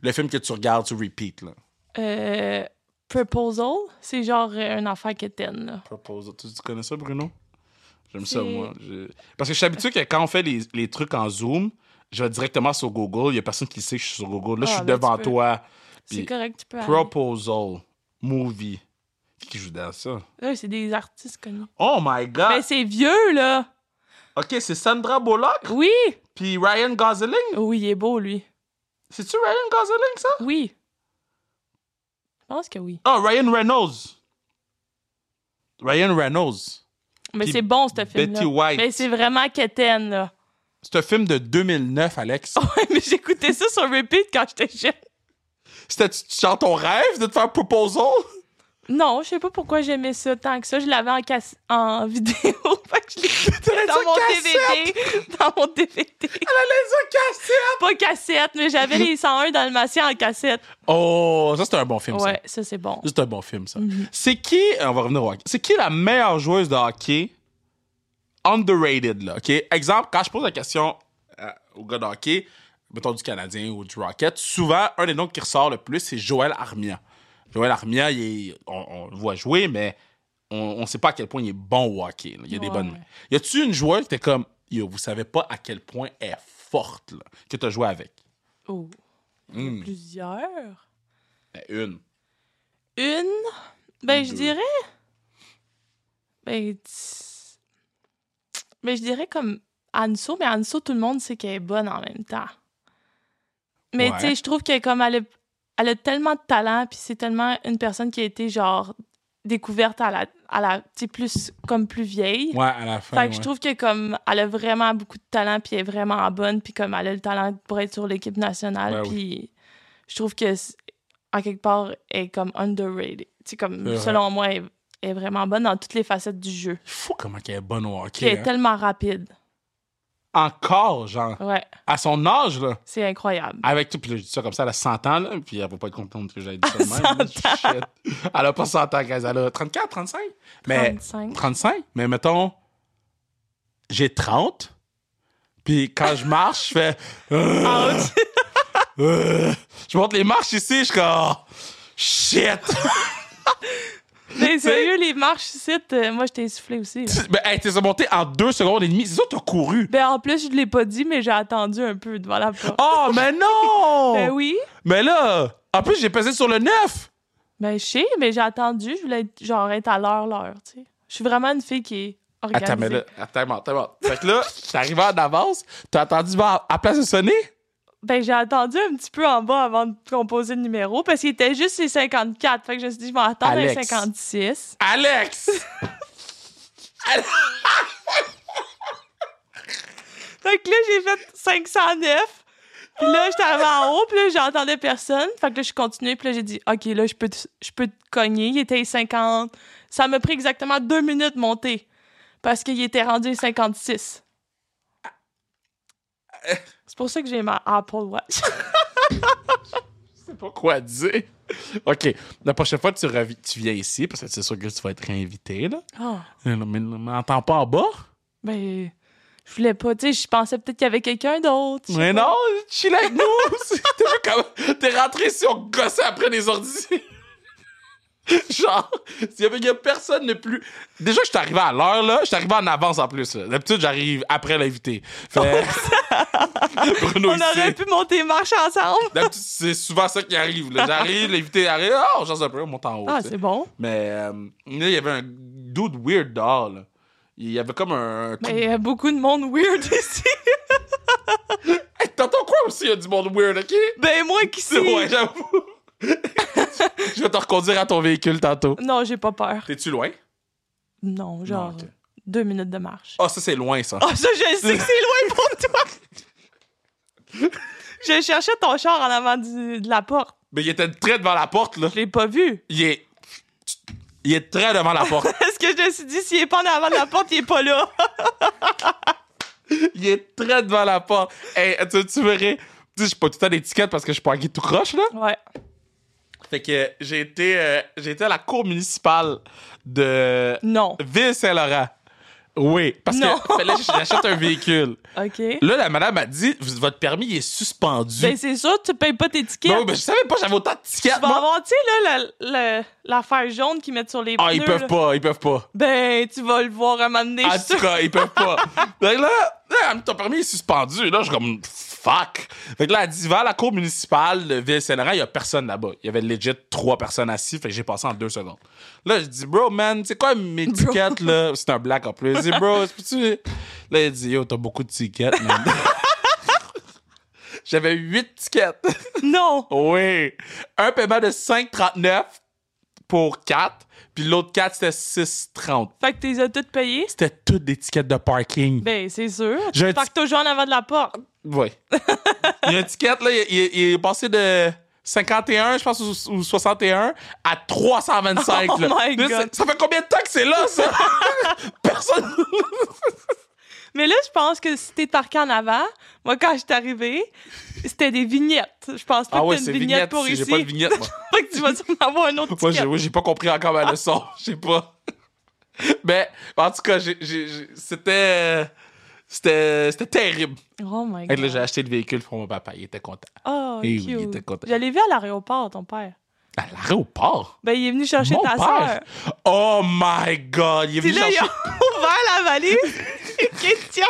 Speaker 3: Le film que tu regardes, tu repeat, là.
Speaker 1: Euh, Proposal, c'est genre euh, une affaire quétaine, là.
Speaker 3: Proposal. Tu, tu connais ça, Bruno? J'aime
Speaker 1: C'est-
Speaker 3: ça, moi. Je- Parce que je suis habitué que quand on fait les, les trucs en Zoom, je vais directement sur Google. Il n'y a personne qui sait que je suis sur Google. Là,
Speaker 1: Ah,
Speaker 3: je suis
Speaker 1: ben,
Speaker 3: devant
Speaker 1: tu peux.
Speaker 3: toi.
Speaker 1: C'est
Speaker 3: Puis-
Speaker 1: correct, tu peux aller.
Speaker 3: Proposal. Movie. Qui qui joue dans ça?
Speaker 1: Là, c'est des artistes connus.
Speaker 3: Oh my God!
Speaker 1: Mais c'est vieux, là!
Speaker 3: OK, c'est Sandra Bullock
Speaker 1: Oui!
Speaker 3: puis Ryan Gosling.
Speaker 1: Oui, il est beau, lui.
Speaker 3: C'est-tu Ryan Gosling, ça?
Speaker 1: Oui. Je pense que oui.
Speaker 3: Oh, Ryan Reynolds. Ryan Reynolds.
Speaker 1: Mais
Speaker 3: Puis
Speaker 1: c'est bon, ce film-là.
Speaker 3: Betty White.
Speaker 1: Mais c'est vraiment quétaine, là.
Speaker 3: C'est un film de 2009, Alex.
Speaker 1: [laughs] Ouais, mais j'écoutais ça sur repeat quand j'étais jeune.
Speaker 3: C'était genre ton rêve de te faire Proposal?
Speaker 1: Non, je sais pas pourquoi j'aimais ça tant que ça. Je l'avais en, cass- en [laughs] vidéo. fait que je l'écoutais dans
Speaker 3: ça
Speaker 1: mon
Speaker 3: cassette!
Speaker 1: DVD. Dans mon DVD.
Speaker 3: Elle allait se casser!
Speaker 1: Pas cassette, mais [laughs] j'avais les 101 dalmatiens en cassette.
Speaker 3: Oh, ça, c'est un bon film, ça.
Speaker 1: Ouais, Mm-hmm. ça, c'est bon.
Speaker 3: Ça, C'est un bon film, ça. C'est qui, on va revenir au hockey, c'est qui la meilleure joueuse de hockey underrated, là, OK? Exemple, quand je pose la question euh, au gars de hockey, mettons du Canadien ou du Rocket, souvent, un des noms qui ressort le plus, c'est Joël Armia. Joël Armia, il est- on, on le voit jouer, mais on ne sait pas à quel point il est bon au hockey. là. Il a des
Speaker 1: Ouais.
Speaker 3: bonnes mains. Y a-tu une joueuse qui était comme, yo, vous savez pas à quel point elle est forte, là, que tu as joué avec?
Speaker 1: Oh, il y a
Speaker 3: Hmm.
Speaker 1: plusieurs.
Speaker 3: Ben, une.
Speaker 1: Une? Ben, je
Speaker 3: Deux.
Speaker 1: dirais. Ben, tss. ben, je dirais comme Anso, mais Anso, tout le monde sait qu'elle est bonne en même temps. Mais
Speaker 3: Ouais.
Speaker 1: tu sais, je trouve qu'elle est comme elle a, elle a tellement de talent, puis c'est tellement une personne qui a été genre découverte à la, à la tu sais, plus comme plus vieille.
Speaker 3: Ouais, à la fin.
Speaker 1: Fait que je
Speaker 3: ouais.
Speaker 1: trouve que comme elle a vraiment beaucoup de talent puis elle est vraiment bonne puis comme elle a le talent pour être sur l'équipe nationale
Speaker 3: Ben oui.
Speaker 1: puis je trouve que c- en quelque part elle est comme underrated. C'est
Speaker 3: C'est
Speaker 1: comme
Speaker 3: vrai.
Speaker 1: selon moi elle, elle est vraiment bonne dans toutes les facettes du jeu.
Speaker 3: Fou comment elle est bonne au hockey.
Speaker 1: Puis elle est
Speaker 3: hein.
Speaker 1: tellement rapide.
Speaker 3: encore, genre,
Speaker 1: Ouais,
Speaker 3: à son âge, là.
Speaker 1: c'est incroyable.
Speaker 3: Avec tout, puis là, je dis ça comme ça, elle a 100 ans, là, puis elle va pas être contente que j'aille dit ça de même. Shit. Elle a pas 100 ans, guys. Elle a 34, 35. Mais
Speaker 1: 35.
Speaker 3: 35, mais mettons, j'ai 30, puis quand je marche, je fais...
Speaker 1: Ah,
Speaker 3: euh, euh, je monte les marches ici, je suis comme... oh, shit!
Speaker 1: [laughs]
Speaker 3: [laughs]
Speaker 1: Mais sérieux, les marches ici, euh, moi, je t'ai soufflé aussi. là.
Speaker 3: ben, hey, t'es monté en deux secondes et demie. C'est ça, t'as couru.
Speaker 1: Ben, en plus, je ne l'ai pas dit, mais j'ai attendu un peu devant la porte.
Speaker 3: Oh, mais non!
Speaker 1: Ben oui.
Speaker 3: Mais là, en plus, j'ai pesé sur le 9.
Speaker 1: Ben, je sais, mais j'ai attendu. Je voulais être, genre être à l'heure, l'heure, tu sais. Je suis vraiment une fille qui est organisée.
Speaker 3: Attends, mais là, attends, attends, attends. Fait que là, t'es arrivé en avance, t'as attendu à, à place de sonner?
Speaker 1: Ben, j'ai attendu un petit peu en bas avant de composer le numéro parce qu'il était juste les 54. Fait que je me suis dit, je vais attendre les
Speaker 3: Alex.
Speaker 1: 56.
Speaker 3: Alex! [laughs]
Speaker 1: Fait que là, j'ai fait 509. Puis là, j'étais arrivée en haut, puis là, j'entendais personne. Fait que là, je continuais, puis là, j'ai dit, OK, là, je peux, te, je peux te cogner. Il était 50. Ça m'a pris exactement deux minutes de monter parce qu'il était rendu 56. C'est pour ça que j'ai ma Apple Watch.
Speaker 3: sais pas quoi dire. OK. La prochaine fois que tu, revi- tu viens ici, parce que c'est sûr que tu vas être réinvité, là.
Speaker 1: Oh,
Speaker 3: Mais mais- m'entends pas en bas?
Speaker 1: ben, je voulais pas, tu sais, je pensais peut-être qu'il y avait quelqu'un d'autre. je sais
Speaker 3: Mais
Speaker 1: pas.
Speaker 3: non, chill avec nous! [laughs] T'as vu comment t'es rentré si on gossait après les ordi? [laughs] Genre, s'il y avait y a personne de plus. Déjà, je suis arrivé à l'heure, là. Je suis arrivé en avance en plus. là. D'habitude, j'arrive après l'invité. Fait- [laughs] Bruno
Speaker 1: On
Speaker 3: ici.
Speaker 1: aurait pu monter marche ensemble.
Speaker 3: D'habitude, c'est souvent ça qui arrive. là. J'arrive, l'invité arrive. Oh, on change un peu, on monte en haut.
Speaker 1: Ah,
Speaker 3: tu sais.
Speaker 1: c'est bon.
Speaker 3: Mais euh, là, il y avait un dude weird dehors, là. Il y avait comme un.
Speaker 1: Mais il y a beaucoup de monde weird [laughs] ici.
Speaker 3: Hey, T'entends quoi aussi? Il y a du monde weird, ok?
Speaker 1: Ben, moi qui
Speaker 3: C'est [laughs] ouais, j'avoue. Je vais te reconduire à ton véhicule tantôt.
Speaker 1: Non, j'ai pas peur.
Speaker 3: T'es-tu loin?
Speaker 1: Non, genre
Speaker 3: ok.
Speaker 1: deux minutes de marche.
Speaker 3: Ah, ça, c'est loin, ça.
Speaker 1: Ah, ça, je sais que c'est loin pour toi!
Speaker 3: [laughs]
Speaker 1: je cherchais ton char en avant du- de la porte.
Speaker 3: Mais il était très devant la porte, là.
Speaker 1: Je l'ai pas vu.
Speaker 3: Il est. Il est très devant la
Speaker 1: [laughs]
Speaker 3: porte.
Speaker 1: Parce que je me suis dit, s'il est pas en avant de la porte, il est pas
Speaker 3: [laughs]
Speaker 1: là.
Speaker 3: Il est très devant la porte. Hey, tu, tu verrais. Tu sais, je suis pas tout le temps d'étiquette parce que je suis pas un guide tout croche, là.
Speaker 1: Ouais.
Speaker 3: Fait que j'ai été, euh, j'ai été à la cour municipale de
Speaker 1: Non.
Speaker 3: Ville-Saint-Laurent. Oui, parce
Speaker 1: Non.
Speaker 3: que [laughs] fallait que j'achète un véhicule.
Speaker 1: OK.
Speaker 3: Là, la madame a dit Vous- Votre permis il est suspendu.
Speaker 1: Ben, c'est sûr, tu payes pas tes tickets.
Speaker 3: Non, mais ben, je savais pas, j'avais autant de
Speaker 1: tu
Speaker 3: tickets.
Speaker 1: vas
Speaker 3: moi.
Speaker 1: avoir, tu sais, là, le- le- l'affaire jaune qu'ils mettent sur les
Speaker 3: Ah,
Speaker 1: pneus.
Speaker 3: ils peuvent
Speaker 1: là.
Speaker 3: pas, Ah, ils peuvent pas.
Speaker 1: Ben, tu vas le voir un moment donné,
Speaker 3: En
Speaker 1: je suis
Speaker 3: tout
Speaker 1: sûre.
Speaker 3: cas, ils peuvent pas. Fait que là, là, elle me dit, ton permis est suspendu. Là, je suis comme, fuck. Fait que là, elle dit, va à la cour municipale de Ville-Saint-Laurent, il y a personne là-bas. Il y avait legit trois personnes assises, fait que j'ai passé en deux secondes. Là, je dis, bro, man, c'est quoi mes tickets, là? C'est un black en plus. Je dis, bro, c'est tu Là, il dit, yo, t'as beaucoup de tickets, man. [laughs] J'avais huit tickets.
Speaker 1: Non.
Speaker 3: Oui. Un paiement de 5,39 pour 4, puis l'autre 4, c'était 6,30.
Speaker 1: Fait que tu les as toutes payées.
Speaker 3: C'était toutes des tickets de parking.
Speaker 1: Ben, c'est sûr.
Speaker 3: J'ai un
Speaker 1: Tu parques toujours en avant de la porte.
Speaker 3: Oui. [laughs] il y a un ticket, là, il, il- il est passé de 51, je pense, ou, ou 61 à 325.
Speaker 1: Oh
Speaker 3: là.
Speaker 1: my
Speaker 3: Là,
Speaker 1: God.
Speaker 3: c'est- Ça fait combien de temps que c'est
Speaker 1: [laughs]
Speaker 3: là, ça? Personne.
Speaker 1: Mais là, je pense que si t'es parqué en avant, moi, quand je suis arrivée, c'était des vignettes. Je pense pas que t'as une Ah vignette, pour
Speaker 3: si
Speaker 1: ici.
Speaker 3: J'ai pas de Ah vignette, moi.
Speaker 1: [laughs] Fait que tu vas sûrement avoir un
Speaker 3: [laughs]
Speaker 1: autre
Speaker 3: Moi,
Speaker 1: ticket.
Speaker 3: j'ai, oui, j'ai pas compris encore ma leçon. [laughs] Je sais pas. Mais, en tout cas, j'ai, j'ai- j'ai- c'était, c'était, c'était terrible.
Speaker 1: Oh my
Speaker 3: Fait que là, j'ai
Speaker 1: God.
Speaker 3: acheté le véhicule pour mon papa. Il était content.
Speaker 1: Oh,
Speaker 3: Eh
Speaker 1: cute.
Speaker 3: oui, il était content.
Speaker 1: Je l'ai vu à l'aéroport, ton père.
Speaker 3: À l'aéroport?
Speaker 1: Ben, il est venu chercher
Speaker 3: Mon
Speaker 1: ta
Speaker 3: père?
Speaker 1: soeur.
Speaker 3: Oh my God! Il est
Speaker 1: Puis
Speaker 3: venu
Speaker 1: là, ils
Speaker 3: chercher...
Speaker 1: ont [laughs] ouvert la valise.
Speaker 3: [laughs]
Speaker 1: Christian!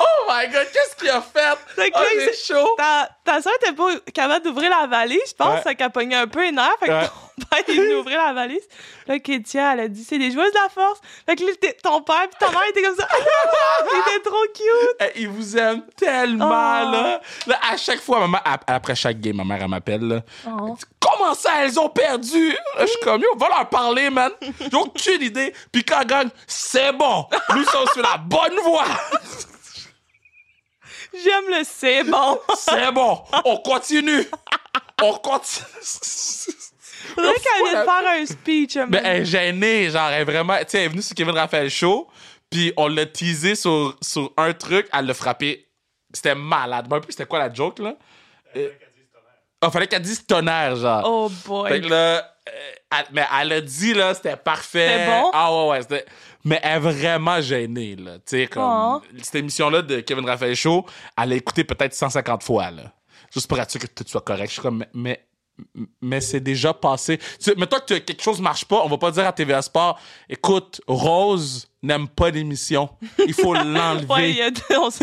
Speaker 3: Oh my God! Qu'est-ce qu'il a fait?
Speaker 1: Fait que
Speaker 3: Oh,
Speaker 1: là, il
Speaker 3: c'est chaud!
Speaker 1: Ta, ta soeur était pas capable d'ouvrir la valise, je pense.
Speaker 3: Ouais.
Speaker 1: Ça qu'elle pognait un peu une heure. Fait que
Speaker 3: Ouais.
Speaker 1: ton [laughs] père est venu ouvrir la valise. Là, Kétia, elle a dit, c'est des joueuses de la force. Fait que là, t'es- ton père pis ta mère étaient comme ça. [laughs] C'était trop cute.
Speaker 3: Eh, Il vous aime tellement,
Speaker 1: Oh.
Speaker 3: là. Là, À chaque fois, maman, ap- après chaque game, ma mère, elle m'appelle, là.
Speaker 1: Oh.
Speaker 3: Elle dit, Comment ça, elles ont perdu? Là, Je suis comme, yo, va leur parler, man. Ils ont aucune idée. Puis quand elle gagne, c'est bon. Nous sommes sur la bonne voie.
Speaker 1: J'aime le c'est bon.
Speaker 3: C'est bon. On continue. On continue.
Speaker 1: Faudrait qu'elle vienne faire un speech. un
Speaker 3: Mais
Speaker 1: moment.
Speaker 3: elle est gênée, genre, elle est vraiment. Tu sais, elle est venue sur Kevin Raphaël Show, puis on l'a teasé sur, sur un truc, elle l'a frappé. C'était malade. Mais un peu, c'était quoi la joke, là? Euh, Oh, fallait qu'elle dise tonnerre, genre.
Speaker 1: Oh
Speaker 3: Fait
Speaker 1: boy.
Speaker 3: que là, euh, elle- mais elle a dit, là, c'était parfait.
Speaker 1: C'était bon?
Speaker 3: Ah ouais, ouais, c'était... Mais elle est vraiment gênée, là. Tu sais, comme...
Speaker 1: Oh.
Speaker 3: Cette émission-là de Kevin Raphaël Show, elle l'a écoutée peut-être 150 fois, là. Juste pour être sûr que tout soit correct. Je suis comme, mais... mais- Mais c'est déjà passé. Tu sais, mettons que quelque chose marche pas, on va pas dire à TVA Sport, écoute, Rose n'aime pas l'émission.
Speaker 1: [laughs]
Speaker 3: Il faut l'enlever.
Speaker 1: Ouais, il y a deux, on se-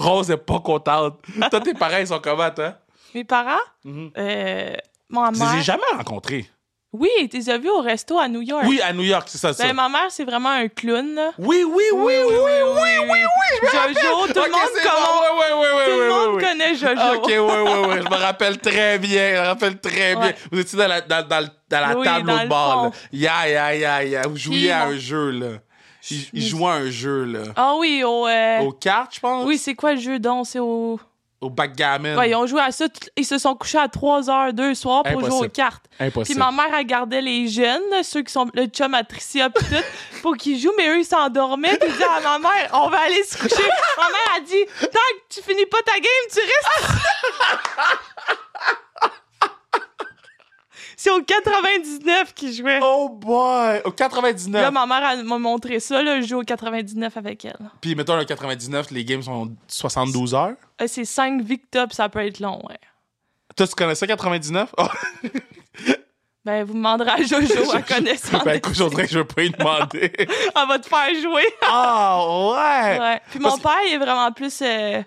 Speaker 3: Rose est pas contente. Toi, tes parents, ils sont comment, toi?
Speaker 1: Mes parents?
Speaker 3: Mhm.
Speaker 1: Euh, ma
Speaker 3: Je les ai
Speaker 1: mère.
Speaker 3: jamais rencontrés.
Speaker 1: Oui, tu les as vus au resto à New York.
Speaker 3: Oui, à New York, c'est ça, ça.
Speaker 1: Ben, ma mère, c'est vraiment un clown, là.
Speaker 3: Oui, oui, oui, oui, oui, oui, oui, oui, je me rappelle.
Speaker 1: Jojo, tout le
Speaker 3: Ok,
Speaker 1: monde
Speaker 3: c'est
Speaker 1: comment-
Speaker 3: bon, ouais, ouais, ouais, ouais,
Speaker 1: Tout
Speaker 3: ouais,
Speaker 1: le monde
Speaker 3: ouais, ouais.
Speaker 1: connaît Jojo.
Speaker 3: Ok, ouais, ouais, ouais, je me rappelle très bien, je me rappelle très bien.
Speaker 1: Ouais.
Speaker 3: Vous étiez dans la, dans, dans, le- dans la
Speaker 1: Oui,
Speaker 3: table
Speaker 1: dans
Speaker 3: au
Speaker 1: le
Speaker 3: bord, là.
Speaker 1: fond.
Speaker 3: Ya, ya, ya, ya. Vous jouiez à
Speaker 1: mon-
Speaker 3: un jeu, là. Ils, ils jouaient à un jeu, là.
Speaker 1: Ah oui, au. euh,
Speaker 3: Aux cartes, je pense.
Speaker 1: Oui, c'est quoi le jeu donc? C'est au.
Speaker 3: Au backgammon.
Speaker 1: Ouais, ils ont joué à ça. tout- Ils se sont couchés à 3h, 2 soirs pour
Speaker 3: Impossible.
Speaker 1: jouer aux cartes. Puis
Speaker 3: Impossible.
Speaker 1: ma mère, elle gardait les jeunes, là, ceux qui sont le chum à Tricia pis tout, pour qu'ils jouent, mais eux, ils s'endormaient. Puis ils disaient à ma mère, on va aller se coucher. ma mère, a dit, tant que tu finis pas ta game, tu restes. [laughs] C'est au 99 qu'ils jouaient.
Speaker 3: Oh boy! Au
Speaker 1: Là,
Speaker 3: 99.
Speaker 1: ma mère, elle m'a montré ça, là, je joue au 99 avec elle.
Speaker 3: Puis mettons, le 99, les games sont 72 heures.
Speaker 1: Euh, C'est 5 victoires, ça peut être long, ouais.
Speaker 3: Toi, tu connaissais 99? Oh. [laughs]
Speaker 1: Ben, vous demanderez à Jojo, à connaissant.
Speaker 3: Ben écoute, on dirait que je veux pas y demander.
Speaker 1: [laughs] Elle va te faire jouer.
Speaker 3: Ah ouais!
Speaker 1: Ouais. Puis
Speaker 3: Parce
Speaker 1: mon père, il est vraiment plus. euh,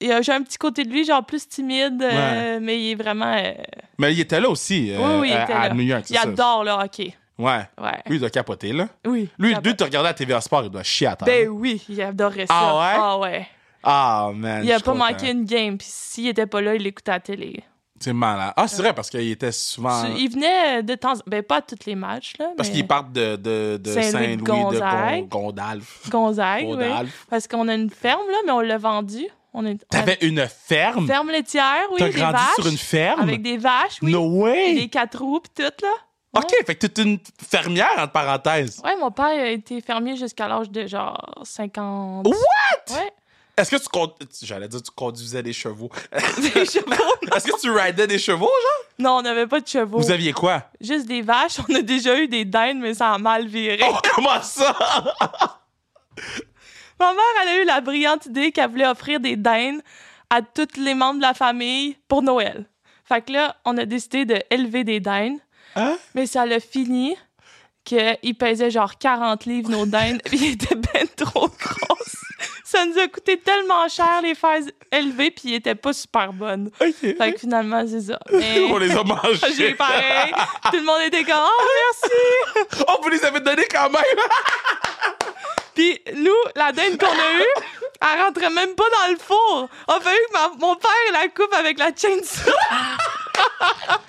Speaker 1: il a- J'ai un petit côté de lui, genre plus timide, euh, mais il est vraiment. euh,
Speaker 3: Mais il était là aussi, euh,
Speaker 1: Oui, oui, il
Speaker 3: à-
Speaker 1: était
Speaker 3: à
Speaker 1: là.
Speaker 3: New York, c'est
Speaker 1: il
Speaker 3: ça?
Speaker 1: adore le hockey.
Speaker 3: Ouais.
Speaker 1: Ouais.
Speaker 3: Lui, il doit capoter, là.
Speaker 1: Oui.
Speaker 3: Lui,
Speaker 1: il
Speaker 3: lui,
Speaker 1: adore-
Speaker 3: te regarder à TVA Sport, il doit chier à terre.
Speaker 1: Ben oui, il adorait ça.
Speaker 3: Ah ouais?
Speaker 1: Ah ouais.
Speaker 3: Ah, man.
Speaker 1: Il a
Speaker 3: je
Speaker 1: pas
Speaker 3: suis content.
Speaker 1: manqué une game, puis s'il était pas là, il l'écoutait à la télé.
Speaker 3: C'est malade. Ah, c'est vrai, parce qu'il était souvent.
Speaker 1: Tu- Il venait de temps. Ben pas à tous les matchs, là.
Speaker 3: Ah. Parce
Speaker 1: mais-
Speaker 3: qu'ils partent de, de, de
Speaker 1: Saint-Louis
Speaker 3: Saint-Louis,
Speaker 1: de
Speaker 3: de
Speaker 1: Gonzague.
Speaker 3: Gon- Gondalf.
Speaker 1: Gonzague, oui.
Speaker 3: Gondalf.
Speaker 1: Parce qu'on a une ferme, là, mais on l'a vendue. On a une on a
Speaker 3: T'avais une ferme?
Speaker 1: une ferme laitière, oui.
Speaker 3: T'as
Speaker 1: des
Speaker 3: grandi
Speaker 1: vaches,
Speaker 3: sur une ferme?
Speaker 1: Avec des vaches, oui.
Speaker 3: No way!
Speaker 1: Des quatre roues, pis tout, là.
Speaker 3: Ok, fait que t'es une fermière, entre parenthèses.
Speaker 1: Ouais, mon père a été fermier jusqu'à l'âge de genre 50.
Speaker 3: What?
Speaker 1: Ouais. [laughs]
Speaker 3: Est-ce que tu. con- J'allais dire, tu conduisais des chevaux. [laughs]
Speaker 1: Des chevaux.
Speaker 3: Est-ce que tu ridais des chevaux, genre?
Speaker 1: Non, on n'avait pas de chevaux.
Speaker 3: Vous aviez quoi?
Speaker 1: Juste des vaches. On a déjà eu des dindes, mais ça a mal viré.
Speaker 3: Oh, comment ça?
Speaker 1: Ma mère, elle a eu la brillante idée qu'elle voulait offrir des dindes à tous les membres de la famille pour Noël. Fait que là, on a décidé d'élever des dindes.
Speaker 3: Hein?
Speaker 1: Mais ça l'a fini qu'ils pesaient genre 40 livres nos dindes, [laughs] puis ils étaient ben trop grosses. Ça nous a coûté tellement cher les faire élever, puis ils étaient pas super bonnes.
Speaker 3: Ok.
Speaker 1: Fait que finalement, c'est
Speaker 3: [laughs]
Speaker 1: ça. Mais
Speaker 3: On les a
Speaker 1: [laughs] j'ai eu
Speaker 3: mangés.
Speaker 1: pareil. Tout le monde était comme « Oh, merci!
Speaker 3: Oh, vous les avez donnés quand même! » [laughs]
Speaker 1: Puis nous, la dinde qu'on a eue, elle rentrait même pas dans le four. On fallu que ma- mon père la coupe avec la chainsaw. [laughs]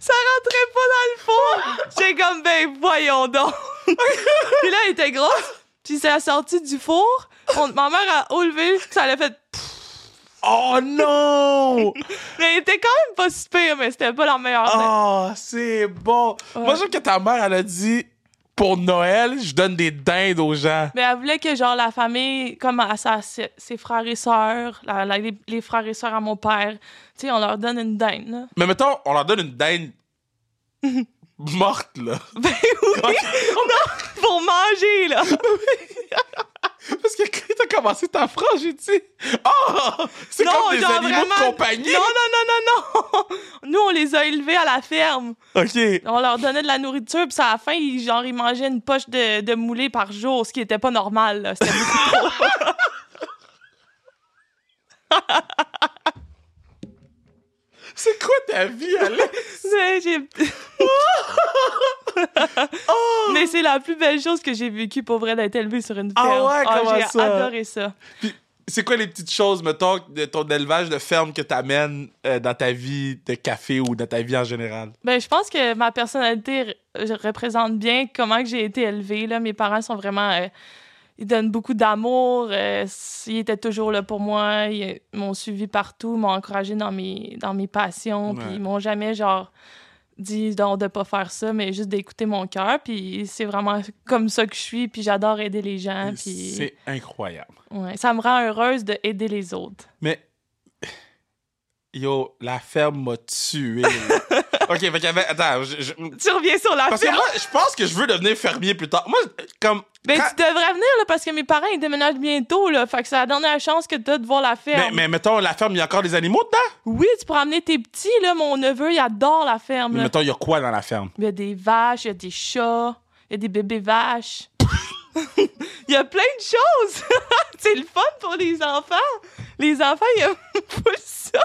Speaker 1: Ça rentrait pas dans le four. J'ai comme, ben voyons donc. [laughs] Puis là, elle était grosse. Puis c'est sortie du four. On- ma mère a levé, ça l'a fait...
Speaker 3: Oh
Speaker 1: [laughs]
Speaker 3: non!
Speaker 1: Mais elle était quand même pas si pire, mais c'était pas la meilleure dinde.
Speaker 3: Oh, c'est bon!
Speaker 1: Ouais.
Speaker 3: Moi, j'aime que ta mère, elle a dit pour Noël, je donne des dindes aux gens.
Speaker 1: Mais elle voulait que, genre, la famille, comme à sa- ses, ses frères et sœurs, la- la- les, les frères et sœurs à mon père, tu sais, on leur donne une dinde, là. [laughs]
Speaker 3: Mais mettons, on leur donne une dinde morte, là.
Speaker 1: Ben [laughs] oui! Non! Pour manger,
Speaker 3: [laughs]
Speaker 1: là!
Speaker 3: Parce que quand t'as commencé ta phrase, j'ai dit Oh! C'est
Speaker 1: Non,
Speaker 3: comme des
Speaker 1: genre,
Speaker 3: animaux de
Speaker 1: vraiment,
Speaker 3: compagnie!
Speaker 1: Non, non, non, non, non! [laughs] Nous, on les a élevés à la ferme.
Speaker 3: Ok.
Speaker 1: On leur donnait de la nourriture, puis à la fin, ils, genre, ils mangeaient une poche de, de moulé par jour, ce qui était pas normal, là. C'était
Speaker 3: [laughs]
Speaker 1: beaucoup
Speaker 3: C'est quoi ta vie, Alex?
Speaker 1: Ouais, j'ai-
Speaker 3: Oh,
Speaker 1: Mais c'est la plus belle chose que j'ai vécue pour vrai d'être élevée sur une
Speaker 3: Ah
Speaker 1: ferme.
Speaker 3: ouais, comment
Speaker 1: j'ai
Speaker 3: ça?
Speaker 1: adoré ça.
Speaker 3: C'est quoi les petites choses, mettons, de ton élevage de ferme que t'amènes euh, dans ta vie de café ou dans ta vie en général?
Speaker 1: Ben, je pense que ma personnalité r- je représente bien comment que j'ai été élevée. Là. Mes parents sont vraiment. euh, il donne beaucoup d'amour. euh, s- il était toujours là pour moi. Ils euh, m'ont suivi partout, m'ont encouragé dans mes, dans mes passions.
Speaker 3: Ouais.
Speaker 1: Puis ils m'ont jamais, genre, dit non, de pas faire ça, mais juste d'écouter mon cœur. Puis c'est vraiment comme ça que je suis. Puis j'adore aider les gens. Ah, Puis
Speaker 3: C'est incroyable.
Speaker 1: ouais, ça me rend heureuse d'aider les autres.
Speaker 3: Mais. Yo, la ferme m'a
Speaker 1: [laughs]
Speaker 3: tué. là. ok, fait qu'il y avait- Attends, je- je-
Speaker 1: Tu reviens sur la
Speaker 3: Parce que
Speaker 1: ferme.
Speaker 3: moi, je pense que je veux devenir fermier plus tard. Moi, comme.
Speaker 1: Ben,
Speaker 3: quand-
Speaker 1: tu devrais venir, là, parce que mes parents, ils déménagent bientôt, là. Fait que c'est la dernière chance que t'as de voir la
Speaker 3: Mais,
Speaker 1: ferme.
Speaker 3: Ben, mais mettons, la ferme, il y a encore des animaux dedans?
Speaker 1: Oui, tu pourras amener tes petits, là. Mon neveu, il adore la ferme,
Speaker 3: Mais
Speaker 1: là.
Speaker 3: mettons, il y a quoi dans la ferme?
Speaker 1: Il y a des vaches, il y a des chats, il y a des bébés vaches. [laughs] il y a plein de choses. [laughs] c'est le fun pour les enfants. Les enfants, ils aiment [laughs] pas ça.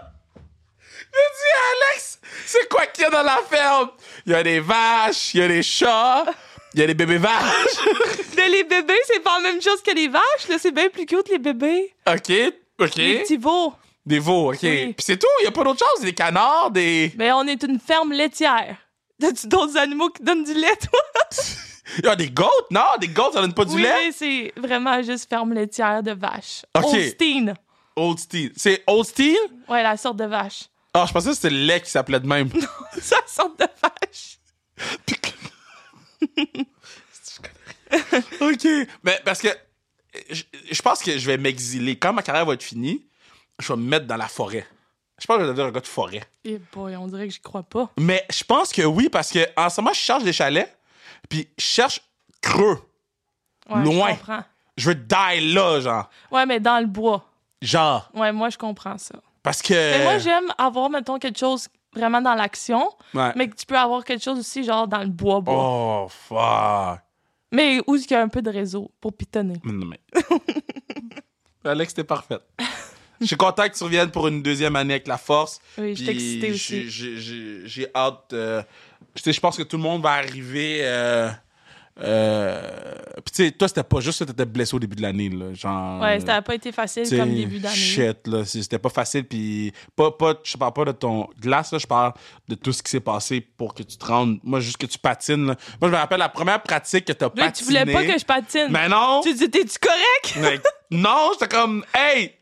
Speaker 3: Dis, Alex, c'est quoi qu'il y a dans la ferme? Il y a des vaches, il y a des chats, il y a des bébés vaches. [laughs]
Speaker 1: Mais les bébés, c'est pas la même chose que les vaches, là. C'est bien plus cute, les bébés.
Speaker 3: OK, OK.
Speaker 1: Les petits veaux.
Speaker 3: Des veaux, OK.
Speaker 1: Oui.
Speaker 3: Puis c'est tout, il y a pas d'autre chose. Des canards, des.
Speaker 1: Mais on est une ferme laitière. T'as-tu d'autres animaux qui donnent du lait, toi?
Speaker 3: Il y a des goats, non? Des goats, ça donne pas du
Speaker 1: oui,
Speaker 3: lait?
Speaker 1: mais c'est vraiment juste ferme laitière de vache.
Speaker 3: Ok.
Speaker 1: Holstein.
Speaker 3: Old Steel. C'est Old Steel?
Speaker 1: Ouais, la sorte de
Speaker 3: [laughs]
Speaker 1: vache.
Speaker 3: Ah, je pensais que c'était le lait qui s'appelait de même.
Speaker 1: Ça, la sorte de vache.
Speaker 3: [laughs] OK. Mais parce que je, je pense que je vais m'exiler. Quand ma carrière va être finie, je vais me mettre dans la forêt. Je pense que je vais devenir un gars de forêt.
Speaker 1: Eh boy, on dirait que j'y crois pas.
Speaker 3: Mais je pense que oui, parce que en ce moment, je cherche des chalets, puis je cherche creux.
Speaker 1: Ouais,
Speaker 3: Loin.
Speaker 1: Je comprends.
Speaker 3: Je veux die là, genre.
Speaker 1: Ouais, mais dans le bois.
Speaker 3: Genre.
Speaker 1: Ouais, moi, je comprends ça.
Speaker 3: Parce que.
Speaker 1: Mais moi, j'aime avoir, mettons, quelque chose vraiment dans l'action,
Speaker 3: Ouais.
Speaker 1: mais que tu peux avoir quelque chose aussi, genre, dans le bois, bois.
Speaker 3: Oh, fuck.
Speaker 1: Mais où il y a un peu de réseau pour pitonner.
Speaker 3: Mais non, mais- [laughs] Alex, t'es parfaite. Je suis content que tu reviennes pour une deuxième année avec la force.
Speaker 1: Oui, je suis
Speaker 3: Puis
Speaker 1: excitée aussi.
Speaker 3: j'ai- j'ai- J'ai hâte. euh, tu sais, je pense que tout le monde va arriver. euh, euh, puis tu sais, toi, c'était pas juste que t'étais blessé au début de l'année, là. Genre.
Speaker 1: Ouais, ça n'a pas été facile
Speaker 3: T'sais,
Speaker 1: comme début d'année.
Speaker 3: Shit, là, c'est- c'était pas facile. Puis, pas, pas, je parle pas de ton glace, là, je parle de tout ce qui s'est passé pour que tu te rendes. Moi, juste que tu patines. là. Moi, je me rappelle la première pratique que t'as
Speaker 1: Là,
Speaker 3: patiné.
Speaker 1: tu voulais pas que je patine.
Speaker 3: Mais non!
Speaker 1: Tu dis, t'es-tu correct?
Speaker 3: Mais non, j'étais comme, hey!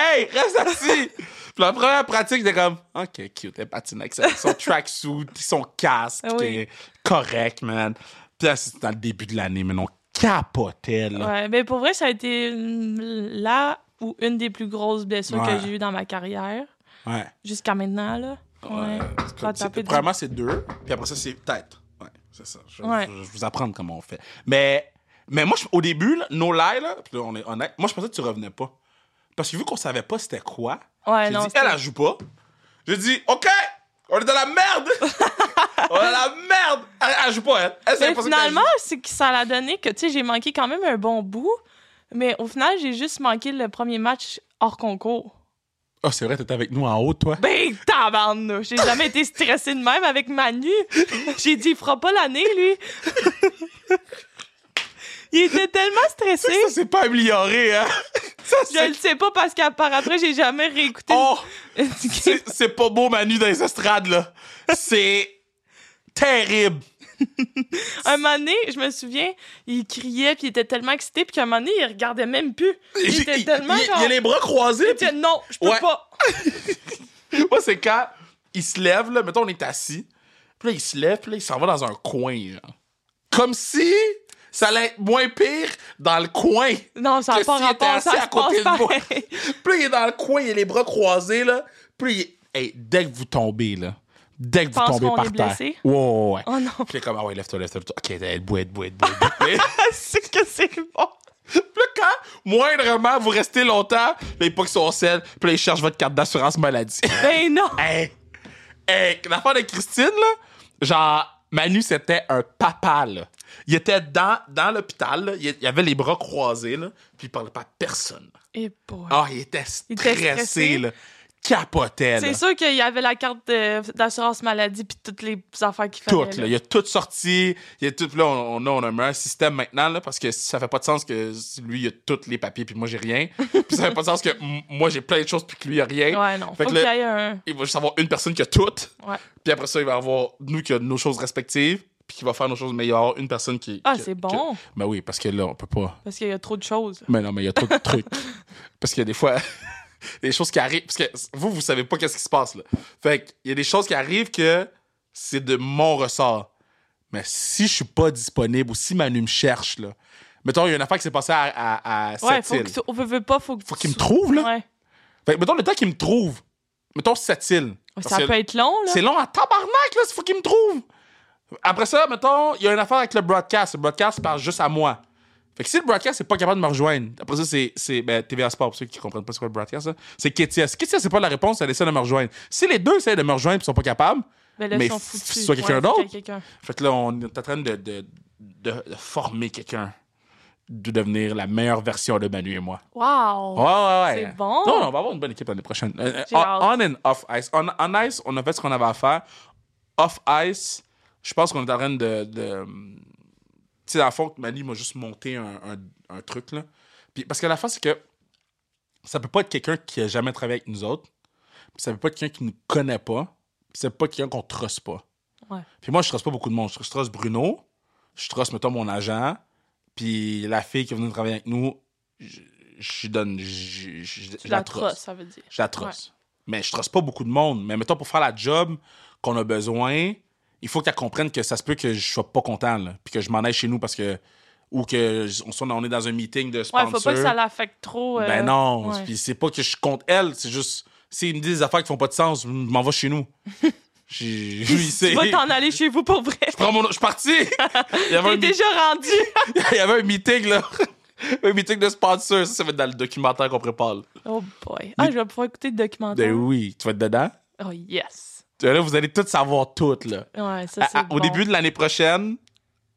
Speaker 3: Hey, reste assis! Puis la première pratique, j'étais comme, ok, cute, elle patine avec ça- son tracksuit, puis son casque,
Speaker 1: Ah oui.
Speaker 3: et correct, man. Puis là, c'était dans le début de l'année, mais non, capotait, là.
Speaker 1: Ouais, mais pour vrai, ça a été hum, là ou une des plus grosses blessures
Speaker 3: Ouais.
Speaker 1: que j'ai eues dans ma carrière,
Speaker 3: Ouais.
Speaker 1: jusqu'à maintenant, là. Ouais.
Speaker 3: Ouais.
Speaker 1: Tu te prends
Speaker 3: C'est-
Speaker 1: taper du-
Speaker 3: Premièrement, c'est deux, puis après ça, c'est tête. Ouais, c'est ça. Je,
Speaker 1: Ouais.
Speaker 3: je- je vous apprendre comment on fait. Mais, mais moi, je- au début, là, no lie, là, puis là, on est honnête, moi, je pensais que tu revenais pas. Parce que vu qu'on savait pas c'était quoi,
Speaker 1: Ouais,
Speaker 3: j'ai
Speaker 1: non,
Speaker 3: dit,
Speaker 1: c'était-
Speaker 3: elle, elle joue pas. J'ai dit, OK, on est dans
Speaker 1: [laughs]
Speaker 3: la merde. on est dans la merde. Elle, elle joue pas, elle. Elle, c'est
Speaker 1: Mais
Speaker 3: impossible qu'elle
Speaker 1: finalement, c'est que ça l'a donné que, tu sais, j'ai manqué quand même un bon bout, mais au final, j'ai juste manqué le premier match hors concours.
Speaker 3: joue. Oh, c'est vrai, t'étais avec nous en haut, toi.
Speaker 1: Ben, tabarnouche! J'ai jamais été stressée de même avec Manu. J'ai dit, il fera pas l'année, lui. il était tellement stressé.
Speaker 3: Ça, c'est pas amélioré, hein. Ça,
Speaker 1: [laughs] Je
Speaker 3: c'est.
Speaker 1: le sais pas parce qu'à part après, j'ai jamais réécouté une-
Speaker 3: Oh!
Speaker 1: une game.
Speaker 3: C'est- C'est pas beau, Manu, dans les estrades, là. C'est terrible.
Speaker 1: Un moment donné, je me souviens, il criait, puis il était tellement excité, puis qu'à un moment donné, il regardait même plus. Il était tellement
Speaker 3: il- il
Speaker 1: genre...
Speaker 3: a les bras croisés.
Speaker 1: il disait, non, je peux
Speaker 3: Ouais.
Speaker 1: pas.
Speaker 3: puis- Moi, c'est quand il se lève, là, mettons, on est assis. Puis là, il se lève, puis là, il s'en va dans un coin, genre. Comme si ça allait être moins pire dans le coin.
Speaker 1: Non, ça n'a
Speaker 3: Que
Speaker 1: pas
Speaker 3: s'il était
Speaker 1: rapport, ça
Speaker 3: assis
Speaker 1: se
Speaker 3: à côté
Speaker 1: passe
Speaker 3: de moi.
Speaker 1: pareil.
Speaker 3: [laughs] Puis là, il est dans le coin, il a les bras croisés, là. Puis là, il- hey, dès que vous tombez, là, dès que vous
Speaker 1: Pense
Speaker 3: tombez
Speaker 1: qu'on
Speaker 3: par
Speaker 1: est
Speaker 3: terre.
Speaker 1: blessé?
Speaker 3: Ouais, ouais, ouais.
Speaker 1: [laughs] Oh non,
Speaker 3: Puis il est comme, ah ouais, lève-toi, lève-toi, lève-toi. Ok, elle debout, elle debout, elle debout, elle debout.
Speaker 1: [laughs] c'est que c'est bon.
Speaker 3: [laughs] Puis là, quand moindrement vous restez longtemps, là, ils pognent son sel, puis là, ils cherchent votre carte d'assurance maladie.
Speaker 1: [laughs]
Speaker 3: [laughs]
Speaker 1: Ben non.
Speaker 3: hey! Hey! L'affaire de Christine, là, genre, Manu, c'était un papa, là. Il était dans, dans l'hôpital, là, il il avait les bras croisés, là, puis il parlait pas à personne.
Speaker 1: Et Eh boy.
Speaker 3: Ah, il était stressé,
Speaker 1: Il était stressé.
Speaker 3: là. Capotait, là.
Speaker 1: C'est sûr qu'il y avait la carte de- d'assurance maladie puis toutes les affaires qu'il fallait.
Speaker 3: Tout, là. Il a tout sorti. Il a tout, là, on, on a, on a un meilleur système maintenant, là, parce que ça fait pas de sens que lui, il a tous les papiers, puis moi, j'ai rien.
Speaker 1: [laughs]
Speaker 3: puis ça fait pas de sens que m- moi, j'ai plein de choses, puis que lui, il a rien.
Speaker 1: Ouais, non.
Speaker 3: Fait
Speaker 1: faut
Speaker 3: que
Speaker 1: qu'il y
Speaker 3: là-
Speaker 1: ait un.
Speaker 3: Il va juste avoir une personne qui a toutes.
Speaker 1: Ouais.
Speaker 3: Puis après ça, il va avoir nous qui a nos choses respectives. puis qui va faire nos choses, mais il va y avoir une personne qui.
Speaker 1: Ah,
Speaker 3: qui-
Speaker 1: c'est
Speaker 3: qui-
Speaker 1: bon,
Speaker 3: Ben oui, parce que là, on peut pas.
Speaker 1: parce qu'il y a trop de choses.
Speaker 3: Mais non, mais il y a trop de trucs. [laughs] Parce qu'il y a des fois, [laughs] des choses qui arrivent. Parce que vous, vous savez pas qu'est-ce qui se passe, là. Fait qu'il y a des choses qui arrivent que c'est de mon ressort. Mais si je suis pas disponible ou si Manu me cherche, là. Mettons, il y a une affaire qui s'est passée à, à, à
Speaker 1: Ouais, faut
Speaker 3: Sept-Îles.
Speaker 1: que tu- on veut, veut pas, faut que
Speaker 3: Faut
Speaker 1: tu-
Speaker 3: qu'il me trouve, là.
Speaker 1: Ouais.
Speaker 3: Fait que mettons, le temps qu'il me trouve, mettons, Sept-Îles.
Speaker 1: Ça
Speaker 3: Parce que-
Speaker 1: peut être long, là.
Speaker 3: c'est long à tabarnak, là. Faut qu'il me trouve. Après ça, mettons, il y a une affaire avec le broadcast. Le broadcast parle juste à moi. Fait que si le broadcast n'est pas capable de me rejoindre, après ça, c'est, c'est ben, TVA Sport, pour ceux qui comprennent pas ce qu'est le broadcast, là, c'est KTS. KTS, c'est pas la réponse, elle essaie de me rejoindre. Si les deux essaient de me rejoindre et sont pas capables,
Speaker 1: Mais là,
Speaker 3: mais
Speaker 1: ils sont
Speaker 3: f-
Speaker 1: foutus.
Speaker 3: soit
Speaker 1: Ouais,
Speaker 3: quelqu'un
Speaker 1: faut qu'il y ait
Speaker 3: d'autre.
Speaker 1: quelqu'un.
Speaker 3: fait que là, on est en train de, de, de- de former quelqu'un de devenir la meilleure version de Manu et moi.
Speaker 1: Wow!
Speaker 3: Ouais, ouais, ouais.
Speaker 1: C'est bon.
Speaker 3: Non, non, on va avoir une bonne équipe l'année prochaine. Euh,
Speaker 1: J'ai
Speaker 3: on,
Speaker 1: hâte.
Speaker 3: on and off ice. On, on ice, on a fait ce qu'on avait à faire. Off ice, je pense qu'on est en train de. de- tu sais, à la fois, Mali m'a juste monté un, un- un truc, là. Puis, parce que la fin, c'est que ça peut pas être quelqu'un qui a jamais travaillé avec nous autres. Puis ça peut pas être quelqu'un qui nous connaît pas. Puis ça peut pas être quelqu'un qu'on trosse pas.
Speaker 1: Ouais.
Speaker 3: Puis moi, je trosse pas beaucoup de monde. Je trosse Bruno. Je trosse, mettons, mon agent. Puis la fille qui est venue travailler avec nous, je, je lui donne. Je, je- je-
Speaker 1: Tu
Speaker 3: je la
Speaker 1: la
Speaker 3: trosse.
Speaker 1: trosses, ça veut dire.
Speaker 3: Je la trosse. Mais je trosse pas beaucoup de monde. Mais mettons, pour faire la job qu'on a besoin, il faut qu'elle comprenne que ça se peut que je sois pas content, là, puis que je m'en aille chez nous parce que. Ou que je- on soit- on est dans un meeting de
Speaker 1: Ouais,
Speaker 3: sponsor.
Speaker 1: faut pas que ça l'affecte trop. euh,
Speaker 3: Ben non,
Speaker 1: ouais.
Speaker 3: puis c'est pas que je compte elle, c'est juste s'il me dit des affaires qui font pas de sens, je m'en
Speaker 1: [laughs]
Speaker 3: vais chez nous. J'ai- Je lui sais.
Speaker 1: Tu vas t'en aller chez vous pour
Speaker 3: [laughs]
Speaker 1: vrai.
Speaker 3: Je prends mon autre- je
Speaker 1: [laughs]
Speaker 3: suis parti. Il y avait un
Speaker 1: T'es déjà rendu.
Speaker 3: [laughs] il y avait un meeting, là. [laughs] un meeting de sponsors. Ça, ça va être dans le documentaire qu'on prépare. là.
Speaker 1: Oh boy. Ah, je vais pouvoir écouter le documentaire.
Speaker 3: Ben oui, tu vas être dedans.
Speaker 1: Oh yes.
Speaker 3: Tu vois, Là, vous allez tout savoir tout, là.
Speaker 1: Ouais, ça c'est
Speaker 3: À- à- Ah, Au
Speaker 1: bon.
Speaker 3: début de l'année prochaine,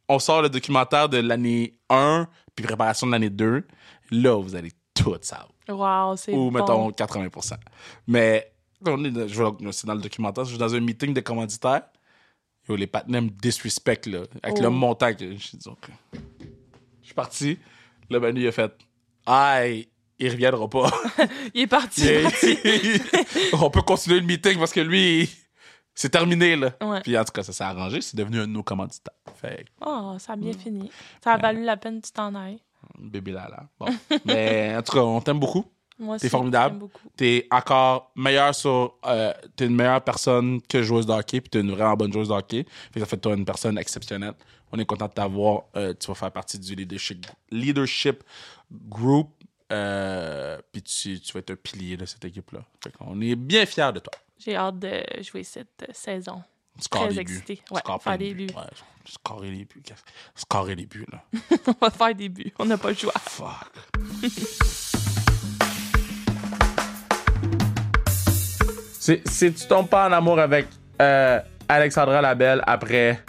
Speaker 3: on sort le documentaire de l'année 1, puis préparation de l'année 2. Là, vous allez tout savoir.
Speaker 1: Wow, c'est bon.
Speaker 3: Ou, mettons, 80 Mais, on est dans- je vais- c'est dans le documentaire, je suis dans un meeting de commanditaires. Yo, les partenaires me disrespect, là, avec
Speaker 1: Oh.
Speaker 3: le montant que je dis, donc, Je suis parti. Le Manu, il a fait Aïe, il reviendra pas.
Speaker 1: [laughs] Il est parti.
Speaker 3: [laughs] on peut continuer le meeting parce que lui, c'est terminé, là.
Speaker 1: Ouais.
Speaker 3: Puis, en tout cas, ça s'est arrangé, c'est devenu un de nos commanditaires. Fait
Speaker 1: [laughs] Oh, ça a
Speaker 3: Mm.
Speaker 1: bien fini. Ça a valu la peine que tu t'en ailles.
Speaker 3: que, bébé là, là. Bon. Mais, en tout cas, on t'aime beaucoup.
Speaker 1: Moi aussi.
Speaker 3: T'es formidable.
Speaker 1: j'aime beaucoup.
Speaker 3: t'es encore meilleur sur. euh, t'es une meilleure personne que joueuse de hockey, puis t'es une vraiment bonne joueuse de hockey. Fait que ça fait de toi une personne exceptionnelle. On est content de t'avoir. Euh, tu vas faire partie du leadership, leadership group. Euh, puis tu, tu vas être un pilier de cette équipe-là. Fait qu'on est bien fiers de toi.
Speaker 1: J'ai hâte de jouer cette euh, saison. [laughs]
Speaker 3: Tu scores
Speaker 1: Très
Speaker 3: les buts.
Speaker 1: excitée.
Speaker 3: Tu
Speaker 1: Ouais,
Speaker 3: scores
Speaker 1: faire
Speaker 3: plein
Speaker 1: des
Speaker 3: de buts.
Speaker 1: buts.
Speaker 3: Ouais, scorer les buts. qu'est-ce- Scorer les buts, là.
Speaker 1: On va faire des buts. On n'a pas le choix.
Speaker 3: Fuck.
Speaker 4: Si, si tu tombes pas en amour avec euh, Alexandra Labelle après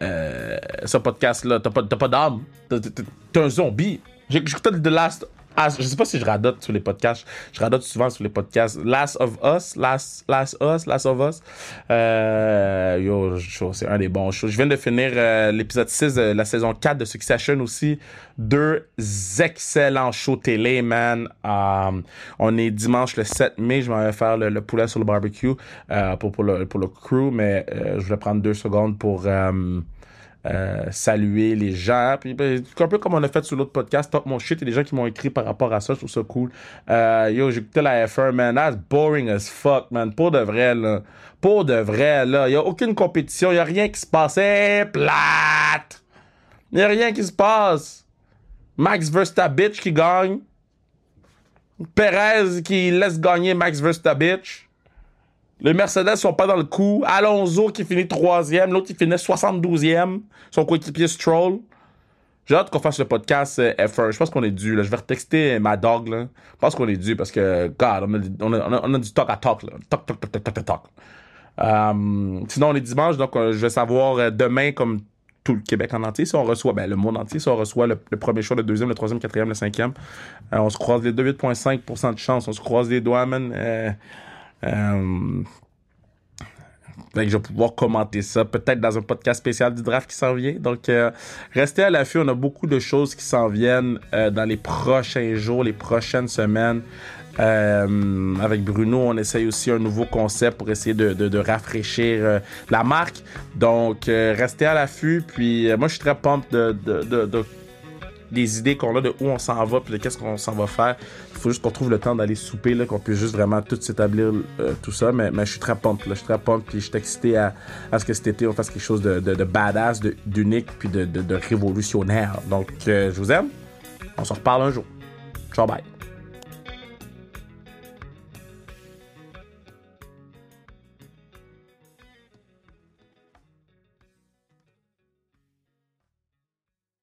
Speaker 4: euh, ce podcast-là, t'as pas, t'as pas d'âme. T'es- t'es- T'es un zombie. J'ai- J'écoutais The Last. Ah, je sais pas si je radote sur les podcasts. Je radote souvent sur les podcasts. Last of Us, Last, Last Us, Last of Us. Euh, yo, je- c'est un des bons shows. Je viens de finir euh, l'épisode 6 de la saison 4 de Succession aussi. Deux excellents shows télé, man. Um, on est dimanche le 7 mai. Je m'en vais faire le, le poulet sur le barbecue euh, pour, pour, le, pour le crew, mais euh, je voulais prendre deux secondes pour. euh, euh, saluer les gens. Puis, ben, un peu comme on a fait sur l'autre podcast, Top Mon Shit, et les gens qui m'ont écrit par rapport à ça, je trouve ça cool. Euh, yo, j'écoutais la F1, man. That's boring as fuck, man. Pour de vrai, là. Pour de vrai, là. Il a aucune compétition. Il a rien qui se passe. C'est plate. Il a rien qui se passe. Max Verstappen qui gagne. Perez qui laisse gagner Max Verstappen. Les Mercedes sont pas dans le coup. Alonso qui finit troisième, l'autre qui finit 72e, son coéquipier Stroll. J'ai hâte qu'on fasse le podcast euh, F1. Je pense qu'on est dû. Là. Je vais retexter ma dog. Là. Je pense qu'on est dû parce que, God, on a, on a- on a- on a du talk à talk. Là. Talk, talk, talk, talk, talk, talk, talk. Euh, sinon, on est dimanche, donc euh, je vais savoir euh, demain, comme tout le Québec en entier, si on reçoit, ben, le monde entier, si on reçoit le, le premier show, le deuxième, le troisième, le quatrième, le cinquième. Euh, on se croise les deux, 8,5% de chance. On se croise les doigts, man. Euh, euh, fait que je vais pouvoir commenter ça, peut-être dans un podcast spécial du draft qui s'en vient. Donc, euh, restez à l'affût. On a beaucoup de choses qui s'en viennent euh, dans les prochains jours, les prochaines semaines.
Speaker 3: Euh, avec Bruno, on essaye aussi un nouveau concept pour essayer de, de- de rafraîchir euh, la marque. Donc, euh, restez à l'affût. Puis, euh, moi, je suis très pompe de- de- de- de des idées qu'on a de où on s'en va puis de qu'est-ce qu'on s'en va faire. Il faut juste qu'on trouve le temps d'aller souper, là, qu'on puisse juste vraiment tout s'établir, euh, tout ça. Mais, mais je suis très pompe, là. Je suis très pompe puis je suis excité à, à ce que cet été, on fasse quelque chose de, de- de badass, de- d'unique puis de, de- de révolutionnaire. Donc, euh, je vous aime. On se reparle un jour. Ciao, bye.